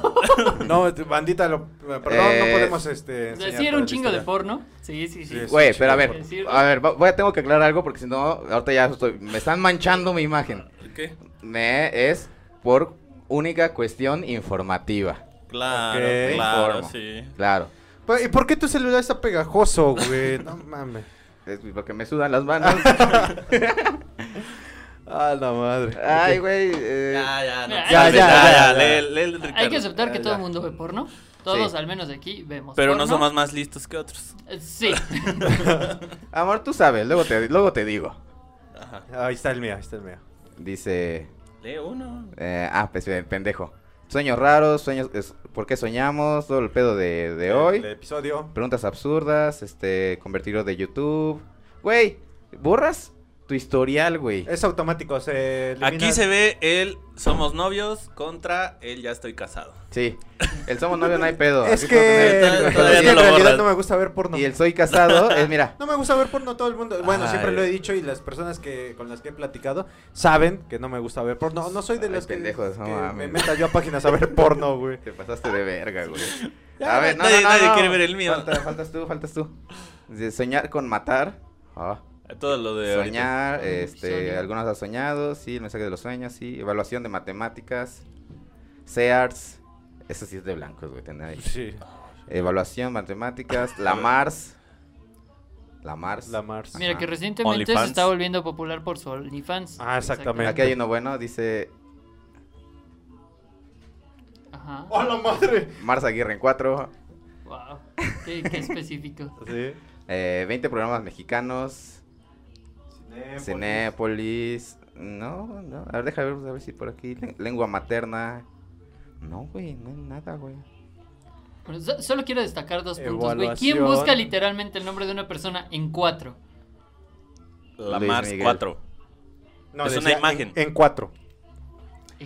S5: No, bandita, lo, perdón,
S2: Eh,
S5: no podemos este.
S1: O sea,
S5: enseñar
S1: sí era
S5: todo
S1: un
S5: el
S1: chingo de
S5: historial.
S1: porno. Sí, sí, sí.
S5: Sí, sí.
S2: Güey, pero a ver.
S1: Decir-
S2: A ver, va- voy a- tengo que aclarar algo porque si no, ahorita ya estoy. Me están manchando mi imagen.
S4: ¿Qué?
S2: Me es por única cuestión informativa.
S4: Claro,
S5: Ok.
S4: claro,
S2: Informo.
S4: sí.
S2: Claro.
S5: Pa- ¿Y por qué tu celular está pegajoso, güey? No mames.
S2: Es porque me sudan las manos.
S5: A la madre.
S2: Ay, güey. eh,
S4: Ya, ya, no.
S1: Mira,
S5: hay- ya, ya,
S4: lee,
S5: ya.
S4: lee el Ricardo.
S1: Hay que aceptar que
S5: Ya,
S1: todo el
S5: ya.
S1: mundo ve porno. Todos,
S2: Sí.
S1: al menos de aquí, vemos.
S4: Pero no
S1: porno.
S4: somos más listos que otros.
S1: Eh, Sí.
S2: Amor, tú sabes, luego te, luego te digo.
S5: Ahí está el mío, ahí está el mío.
S2: Dice.
S4: Lee uno.
S2: eh, ah, pues eh, pendejo. Sueños raros, sueños. es- ¿Por qué soñamos? Todo el pedo de,
S4: Eh,
S2: de hoy.
S5: El episodio.
S2: Preguntas absurdas, este. Convertirlo de YouTube. Güey, ¿borras tu historial, güey?
S5: Es automático, se elimina.
S4: Aquí se ve el somos novios contra el ya estoy casado.
S2: Sí. El somos novio no hay pedo.
S5: Es
S2: así
S5: que,
S2: puedo tener-
S5: es
S4: Todavía
S5: que
S4: no
S5: en
S4: lo borras.
S5: realidad no me gusta ver porno.
S2: Y el soy casado es, mira.
S5: No me gusta ver porno todo el mundo. Bueno,
S4: Ay.
S5: siempre lo he dicho y las personas que con las que he platicado saben que no me gusta ver porno. No soy de
S2: Ay,
S5: los que,
S2: pendejos, no
S5: que me
S2: mames.
S5: meta yo a páginas a ver porno, güey.
S2: Te pasaste de verga, güey.
S4: Ya, nadie- nadie quiere ver el mío.
S2: Falta- faltas tú, faltas tú. Dice, Soñar con matar. Ah.
S4: Todo lo de ahorita.
S2: Soñar,
S1: ahorita.
S2: este,
S1: Soñar.
S2: algunos han soñado, sí, el mensaje de los sueños, sí, evaluación de matemáticas, SEARS, eso sí es de blancos, güey, tener ahí.
S5: Sí.
S2: Evaluación, matemáticas, la MARS, la MARS.
S5: La Mars.
S1: Mira,
S2: Ajá.
S1: que recientemente se
S4: OnlyFans.
S1: está volviendo popular por su OnlyFans.
S5: Ah, exactamente.
S2: Aquí hay uno bueno, dice
S1: Exacto. Ajá.
S5: ¡A la madre!
S2: Mars Aguirre en 4,
S1: Wow. Qué, qué específico.
S5: Sí.
S2: 20 eh, programas mexicanos, Cinépolis, no, no, a ver, deja ver, a ver si por aquí, len- lengua materna, no, güey, no hay nada, güey.
S1: Bueno, so- solo quiero destacar dos puntos, güey. ¿Quién
S5: Evaluación.
S1: busca literalmente el nombre de una persona en cuatro?
S4: La
S2: Luis
S4: Mars
S2: Miguel.
S4: 4.
S5: No,
S4: Es una
S5: decía
S4: imagen.
S5: En, en cuatro.
S1: En-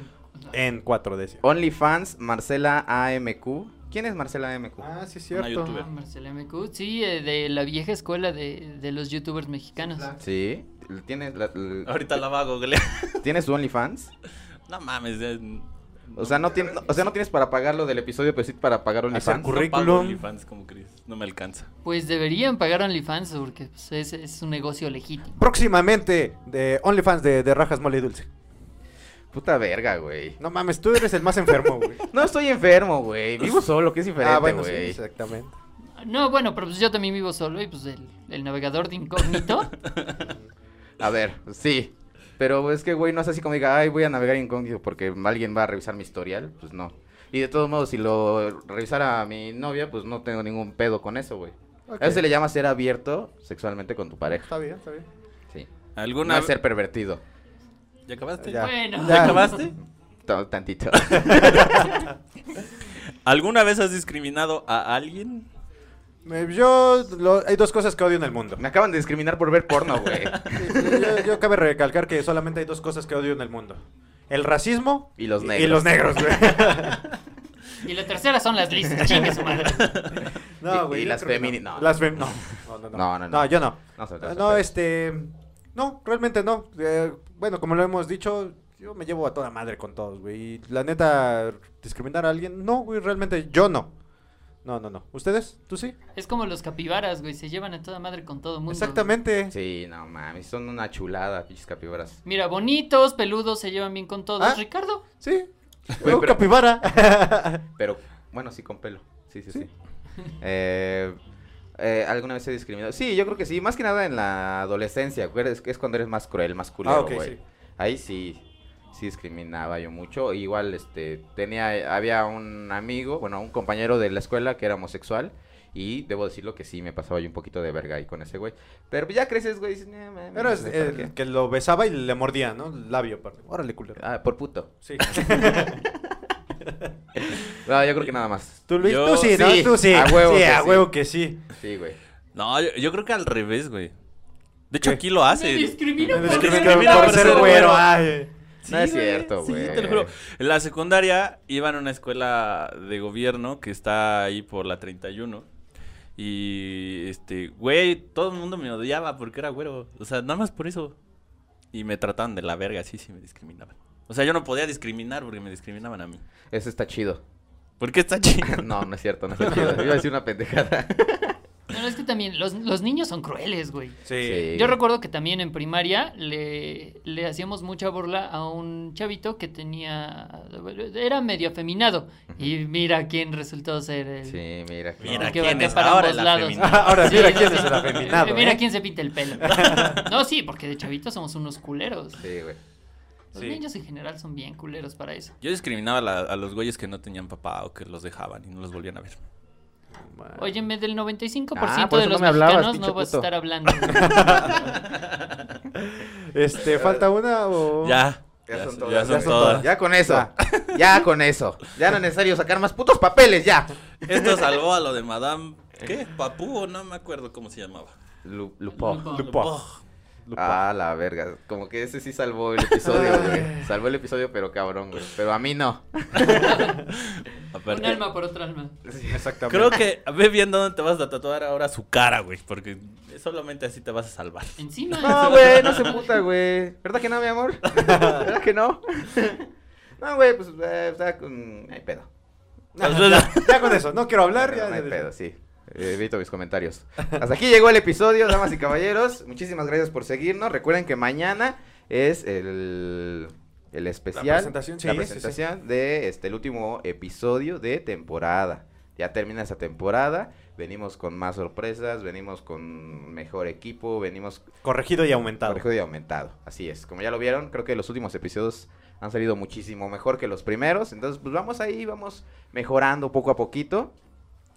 S5: En cuatro decía.
S2: Oh. OnlyFans, Marcela AMQ. ¿Quién es Marcela AMQ?
S5: Ah, sí, es
S4: Una
S5: cierto.
S4: youtuber.
S1: Ah, Marcela MQ. Sí, eh, de la vieja escuela de, de los youtubers mexicanos.
S2: Sí. ¿Tiene, la- l-
S4: Ahorita la va a googlear.
S2: ¿Tiene su OnlyFans?
S4: No mames. eh,
S2: O sea, no, tienes, o sea, no tienes para pagar lo del episodio, pero sí para pagar OnlyFans.
S5: curr-
S4: No pago
S5: Currículum.
S4: OnlyFans como Chris, no me alcanza.
S1: Pues deberían pagar OnlyFans porque pues, es, es un negocio legítimo.
S5: Próximamente, de OnlyFans de, de Rajas Mole y Dulce.
S2: Puta verga, güey.
S5: No mames, tú eres el más enfermo, güey.
S2: No estoy enfermo, güey. Vivo solo, que es diferente,
S5: ah, bueno, sí,
S2: güey.
S5: exactamente.
S1: No, bueno, pero pues yo también vivo solo y pues el, el navegador de incógnito.
S2: a ver, sí. Pero es que, güey, no es así como diga, ay, voy a navegar incógnito porque alguien va a revisar mi historial. Pues no. Y de todos modos, si lo revisara mi novia, pues no tengo ningún pedo con eso, güey.
S5: Ok.
S2: A eso se le llama ser abierto sexualmente con tu pareja.
S5: Está bien, está bien.
S2: Sí.
S4: ¿Alguna
S2: No es ser pervertido.
S4: ¿Ya acabaste?
S5: Ya.
S1: Bueno.
S5: Ya.
S4: acabaste?
S2: T- Tantito.
S4: ¿Alguna vez has discriminado a alguien?
S5: Me- Yo, lo- hay dos cosas que odio en el mundo.
S2: Me acaban de discriminar por ver porno, güey.
S5: yo, yo cabe recalcar que solamente hay dos cosas que odio en el mundo. El racismo
S2: Y los
S5: Y
S2: negros.
S5: los negros, güey.
S1: Y la tercera son las listas, chingue su madre.
S5: No,
S2: Y-
S5: güey.
S2: y
S5: yo
S2: las
S5: creo que
S2: femini- no.
S5: Las fem- no. No, no, no.
S2: No, no, no.
S5: yo no.
S2: No, se- no
S5: No,
S2: se puede.
S5: este. No, realmente no. Eh, bueno, como lo hemos dicho, yo me llevo a toda madre con todos, güey. Y la neta, discriminar a alguien, no, güey, realmente yo no. No, no, no. ¿Ustedes? ¿Tú sí?
S1: Es como los capibaras, güey, se llevan a toda madre con todo mundo.
S5: Exactamente.
S2: Sí, no mames, son una chulada, pinches capibaras.
S1: Mira, bonitos, peludos, se llevan bien con todos.
S5: Ah.
S1: Ricardo,
S5: Sí.
S2: Güey, pero-
S5: Un capibara.
S2: Pero, bueno, sí, con pelo. Sí, sí, sí. Eh, eh, ¿Alguna vez he discriminado? Sí, yo creo que sí. Más que nada en la adolescencia, güey. Es, es cuando eres más cruel, más culero,
S5: Ah, ok,
S2: güey.
S5: sí.
S2: Ahí sí, sí discriminaba yo mucho. Igual, este, tenía, había un amigo, bueno, un compañero de la escuela que era homosexual. Y debo decirlo que sí, me pasaba yo un poquito de verga ahí con ese güey. Pero ya creces, güey. dices, "Nah, mames,
S5: Pero es
S2: ¿para
S5: el
S2: qué?".
S5: que lo besaba y le mordía, ¿no? El labio, aparte. Órale, culero.
S2: Ah, por puto.
S5: Sí.
S2: No, yo creo que nada más.
S5: Tú, Luis,
S4: Yo-
S5: tú sí, ¿no?
S2: sí,
S5: Tú sí.
S2: a huevo
S5: Sí,
S2: que
S5: a
S2: sí.
S5: huevo que sí.
S2: Sí, güey.
S4: No, yo, yo creo que al revés, güey. De hecho,
S5: ¿Qué?
S4: aquí lo
S1: me
S4: hace.
S1: discriminan
S4: Ah, Me
S1: por
S4: discriminan.
S1: ser güero.
S5: por ser güero. ay.
S2: No es cierto,
S4: Sí,
S2: güey.
S4: te lo juro. En la secundaria iban a una escuela de gobierno que está ahí por la 31. Y este, güey, todo el mundo me odiaba porque era güero. O sea, nada más por eso. Y me trataban de la verga, así sí me discriminaban. O sea, yo no podía discriminar porque me discriminaban a mí.
S2: Eso está chido.
S4: ¿Por qué está chido?
S2: No, no es cierto, no está chido. Iba a decir una pendejada.
S1: No, no, es que también los, los niños son crueles, güey.
S5: Sí.
S2: Sí.
S1: Yo recuerdo que también en primaria le, le hacíamos mucha burla a un chavito que tenía... Era medio afeminado. Y mira quién resultó ser el...
S2: Sí, mira.
S4: Mira
S1: que
S4: quién
S1: va
S4: es
S1: para
S4: ahora
S1: ambos
S4: el
S1: lados.
S4: afeminado.
S5: Ahora
S1: Sí,
S5: mira
S1: sí,
S5: quién
S1: sí.
S5: es el afeminado.
S1: Mira
S5: ¿eh?
S1: quién se pinta el pelo. No, sí, porque de chavitos somos unos culeros.
S2: Sí, güey.
S1: Los
S5: Sí.
S1: niños en general son bien culeros para eso.
S4: Yo discriminaba a, la- a los güeyes que no tenían papá o que los dejaban y no los volvían a ver.
S5: Ah.
S1: Óyeme, del 95%
S2: Ah, por
S1: de
S2: eso
S1: los
S2: no me hablabas,
S1: mexicanos
S2: pinche
S1: no vas a
S2: puto.
S1: estar hablando.
S5: Este, falta una o.
S4: Ya.
S2: Oh, Ya son
S4: son-
S2: todas,
S4: ya son
S5: ya son
S4: todas.
S5: todas.
S2: Ya con eso. Ya con eso. Ya no es necesario sacar más putos papeles, ya.
S4: Esto salvó a lo de Madame. ¿Qué? Papú o no me acuerdo cómo se llamaba.
S2: Lu- Lupo.
S1: Lupo.
S4: Lupo.
S2: Ah, la verga. Como que ese sí salvó el episodio, güey. Salvó el episodio, pero cabrón, güey. Pero a mí no.
S1: Un
S4: Aparte-
S1: alma por otra alma.
S5: Exactamente.
S4: Creo que ve bien dónde te vas a tatuar ahora su cara, güey, porque solamente así te vas a salvar.
S1: Encima.
S2: No, güey, no se puta, güey. ¿Verdad que no, mi amor? ¿Verdad que no? No, güey, pues, eh, o sea, con... hay pedo.
S5: Ya, ya con eso, no quiero hablar.
S2: Pero
S5: Ya,
S2: no hay
S5: ya-
S2: pedo, sí. Eh, Evito mis comentarios. Hasta aquí llegó el episodio, damas y caballeros. Muchísimas gracias por seguirnos. Recuerden que mañana es el, el especial.
S5: presentación, sí,
S2: la
S5: sí,
S2: presentación de este, el último episodio de temporada. Ya termina esa temporada. Venimos con más sorpresas, venimos con mejor equipo, venimos
S5: Corregido y aumentado.
S2: Corregido y aumentado. Así es. Como ya lo vieron, creo que los últimos episodios han salido muchísimo mejor que los primeros. Entonces, pues vamos ahí, vamos mejorando poco a poquito.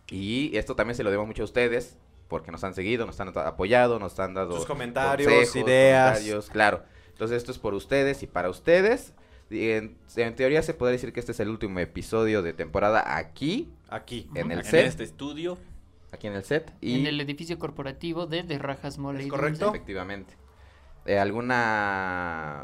S2: Y esto también se lo debo mucho a ustedes, porque nos han seguido, nos han at- apoyado, nos han dado
S5: Sus comentarios,
S2: consejos,
S5: ideas.
S2: comentarios, claro. Entonces, esto es por ustedes y para ustedes. Y en, en teoría se podría decir que este es el último episodio de temporada aquí,
S5: Aquí.
S2: en el
S4: en
S2: set,
S4: este estudio.
S2: aquí en el set. Y
S1: En el edificio corporativo de De Rajas Mole.
S5: ¿Es
S1: y
S5: correcto?
S1: Dulce.
S2: Efectivamente. Eh, ¿Alguna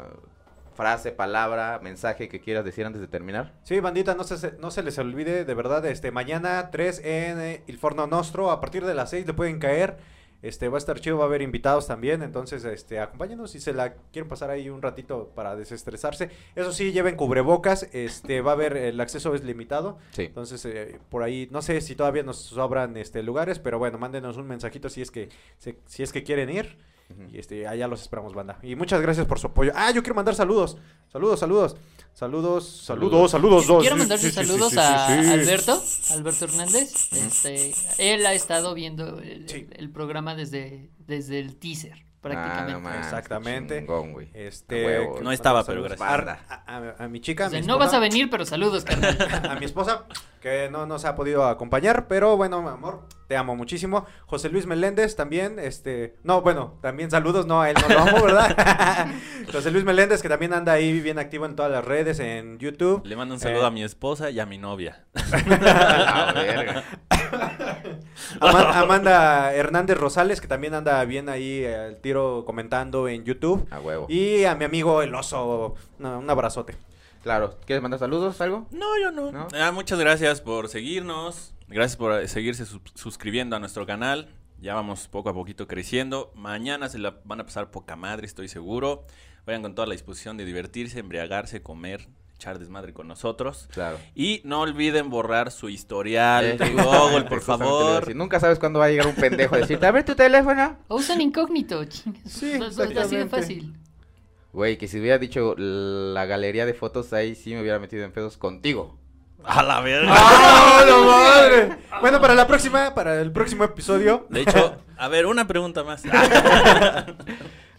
S2: frase, palabra, mensaje que quieras decir antes de terminar?
S5: Sí, bandita, no se, no se les olvide, de verdad, este, mañana 3 en eh, El Forno Nostro, a partir de las 6 le pueden caer. Este, va a estar chido, va a haber invitados también. Entonces, este, acompáñenos si se la quieren pasar ahí un ratito para desestresarse. Eso sí, lleven cubrebocas. Este, va a haber, el acceso es limitado.
S2: Sí.
S5: Entonces, eh, por ahí, no sé si todavía nos sobran este, lugares, pero bueno, mándenos un mensajito si es que, se- si es que quieren ir. Y este, allá los esperamos, banda. Y muchas gracias por su apoyo. Ah, yo quiero mandar saludos. Saludos, saludos. Saludos, saludos, saludos. dos.
S1: Quiero
S5: Sí,
S1: mandar
S5: sí,
S1: sus
S5: sí, sí,
S1: saludos
S5: sí,
S1: a
S5: sí, sí.
S1: Alberto, Alberto Hernández. Este, él ha estado viendo el,
S5: Sí.
S1: el programa desde, desde el teaser,
S2: Ah, no
S1: prácticamente.
S2: mames,
S5: Exactamente.
S2: qué chingón, güey.
S5: Este,
S2: A huevo.
S4: No estaba, pero gracias.
S2: Banda.
S5: A, a- a mi chica.
S1: O sea,
S5: mi
S1: Pues no vas
S5: esposa.
S1: a venir, pero saludos, carnal.
S5: a mi esposa, que no nos ha podido acompañar, pero bueno, mi amor, te amo muchísimo. José Luis Meléndez también, este, no, bueno, también saludos, no, a él no lo amo, ¿verdad? José Luis Meléndez, que también anda ahí bien activo en todas las redes, en YouTube.
S4: Le mando un saludo
S5: Eh.
S4: a mi esposa y a mi novia.
S2: Ah, verga.
S5: Ama- Amanda Hernández Rosales, que también anda bien ahí eh, al tiro comentando en YouTube.
S2: A huevo.
S5: Y a mi amigo El Oso, no, un abrazote.
S2: Claro, ¿quieres mandar saludos algo?
S4: No, yo no.
S2: ¿No?
S4: Ah, muchas gracias por seguirnos. Gracias por eh, seguirse sus- suscribiendo a nuestro canal. Ya vamos poco a poquito creciendo. Mañana se la van a pasar poca madre, estoy seguro. Vayan con toda la disposición de divertirse, embriagarse, comer, echar desmadre con nosotros.
S2: Claro.
S4: Y no olviden borrar su historial de
S2: Eh,
S4: Google,
S2: justamente,
S4: por
S2: justamente le iba a
S4: favor.
S2: decir, Nunca sabes cuándo va a llegar un pendejo a decirte, a ver tu teléfono.
S1: O usan incógnito, chingues.
S5: Sí,
S1: O sea, Así de
S5: exactamente.
S1: fácil.
S2: Güey, que si hubiera dicho la galería de fotos ahí sí me hubiera metido en pedos contigo.
S4: A la verga.
S5: ¡Ah, la madre! Bueno, para la próxima, para el próximo episodio.
S4: De hecho, a ver, una pregunta más.
S2: Ah,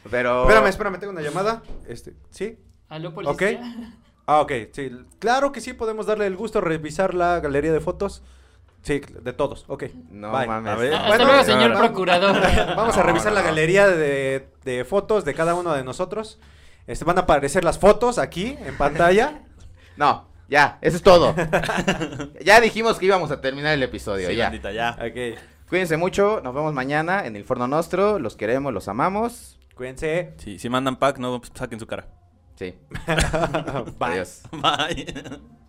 S2: Pero.
S5: Espérame, espérame, tengo una llamada. Este, ¿sí?
S1: Aló, policía.
S5: Ah, ok, sí. Claro que sí, podemos darle el gusto a revisar la galería de fotos. Sí, de todos, ok.
S2: No
S5: bye.
S2: mames.
S4: A ver.
S2: no,
S1: Hasta
S5: Bueno,
S1: luego,
S5: eh,
S1: Ah, señor
S5: no, no.
S1: procurador.
S5: Vamos a
S2: No,
S5: revisar
S2: no,
S5: la
S2: no.
S5: galería de, de fotos de cada uno de nosotros. Este, van a aparecer las fotos aquí en pantalla.
S2: No, ya, eso es todo. ya dijimos que íbamos a terminar el episodio,
S4: Sí,
S2: ya.
S4: bandita, ya.
S5: Ok,
S2: Cuídense mucho, nos vemos mañana en el Forno Nostro. Los queremos, los amamos.
S5: cuídense.
S4: pues, Sí, si mandan pack, no saquen su cara.
S2: Sí,
S5: Bye.
S2: adiós.
S4: Bye.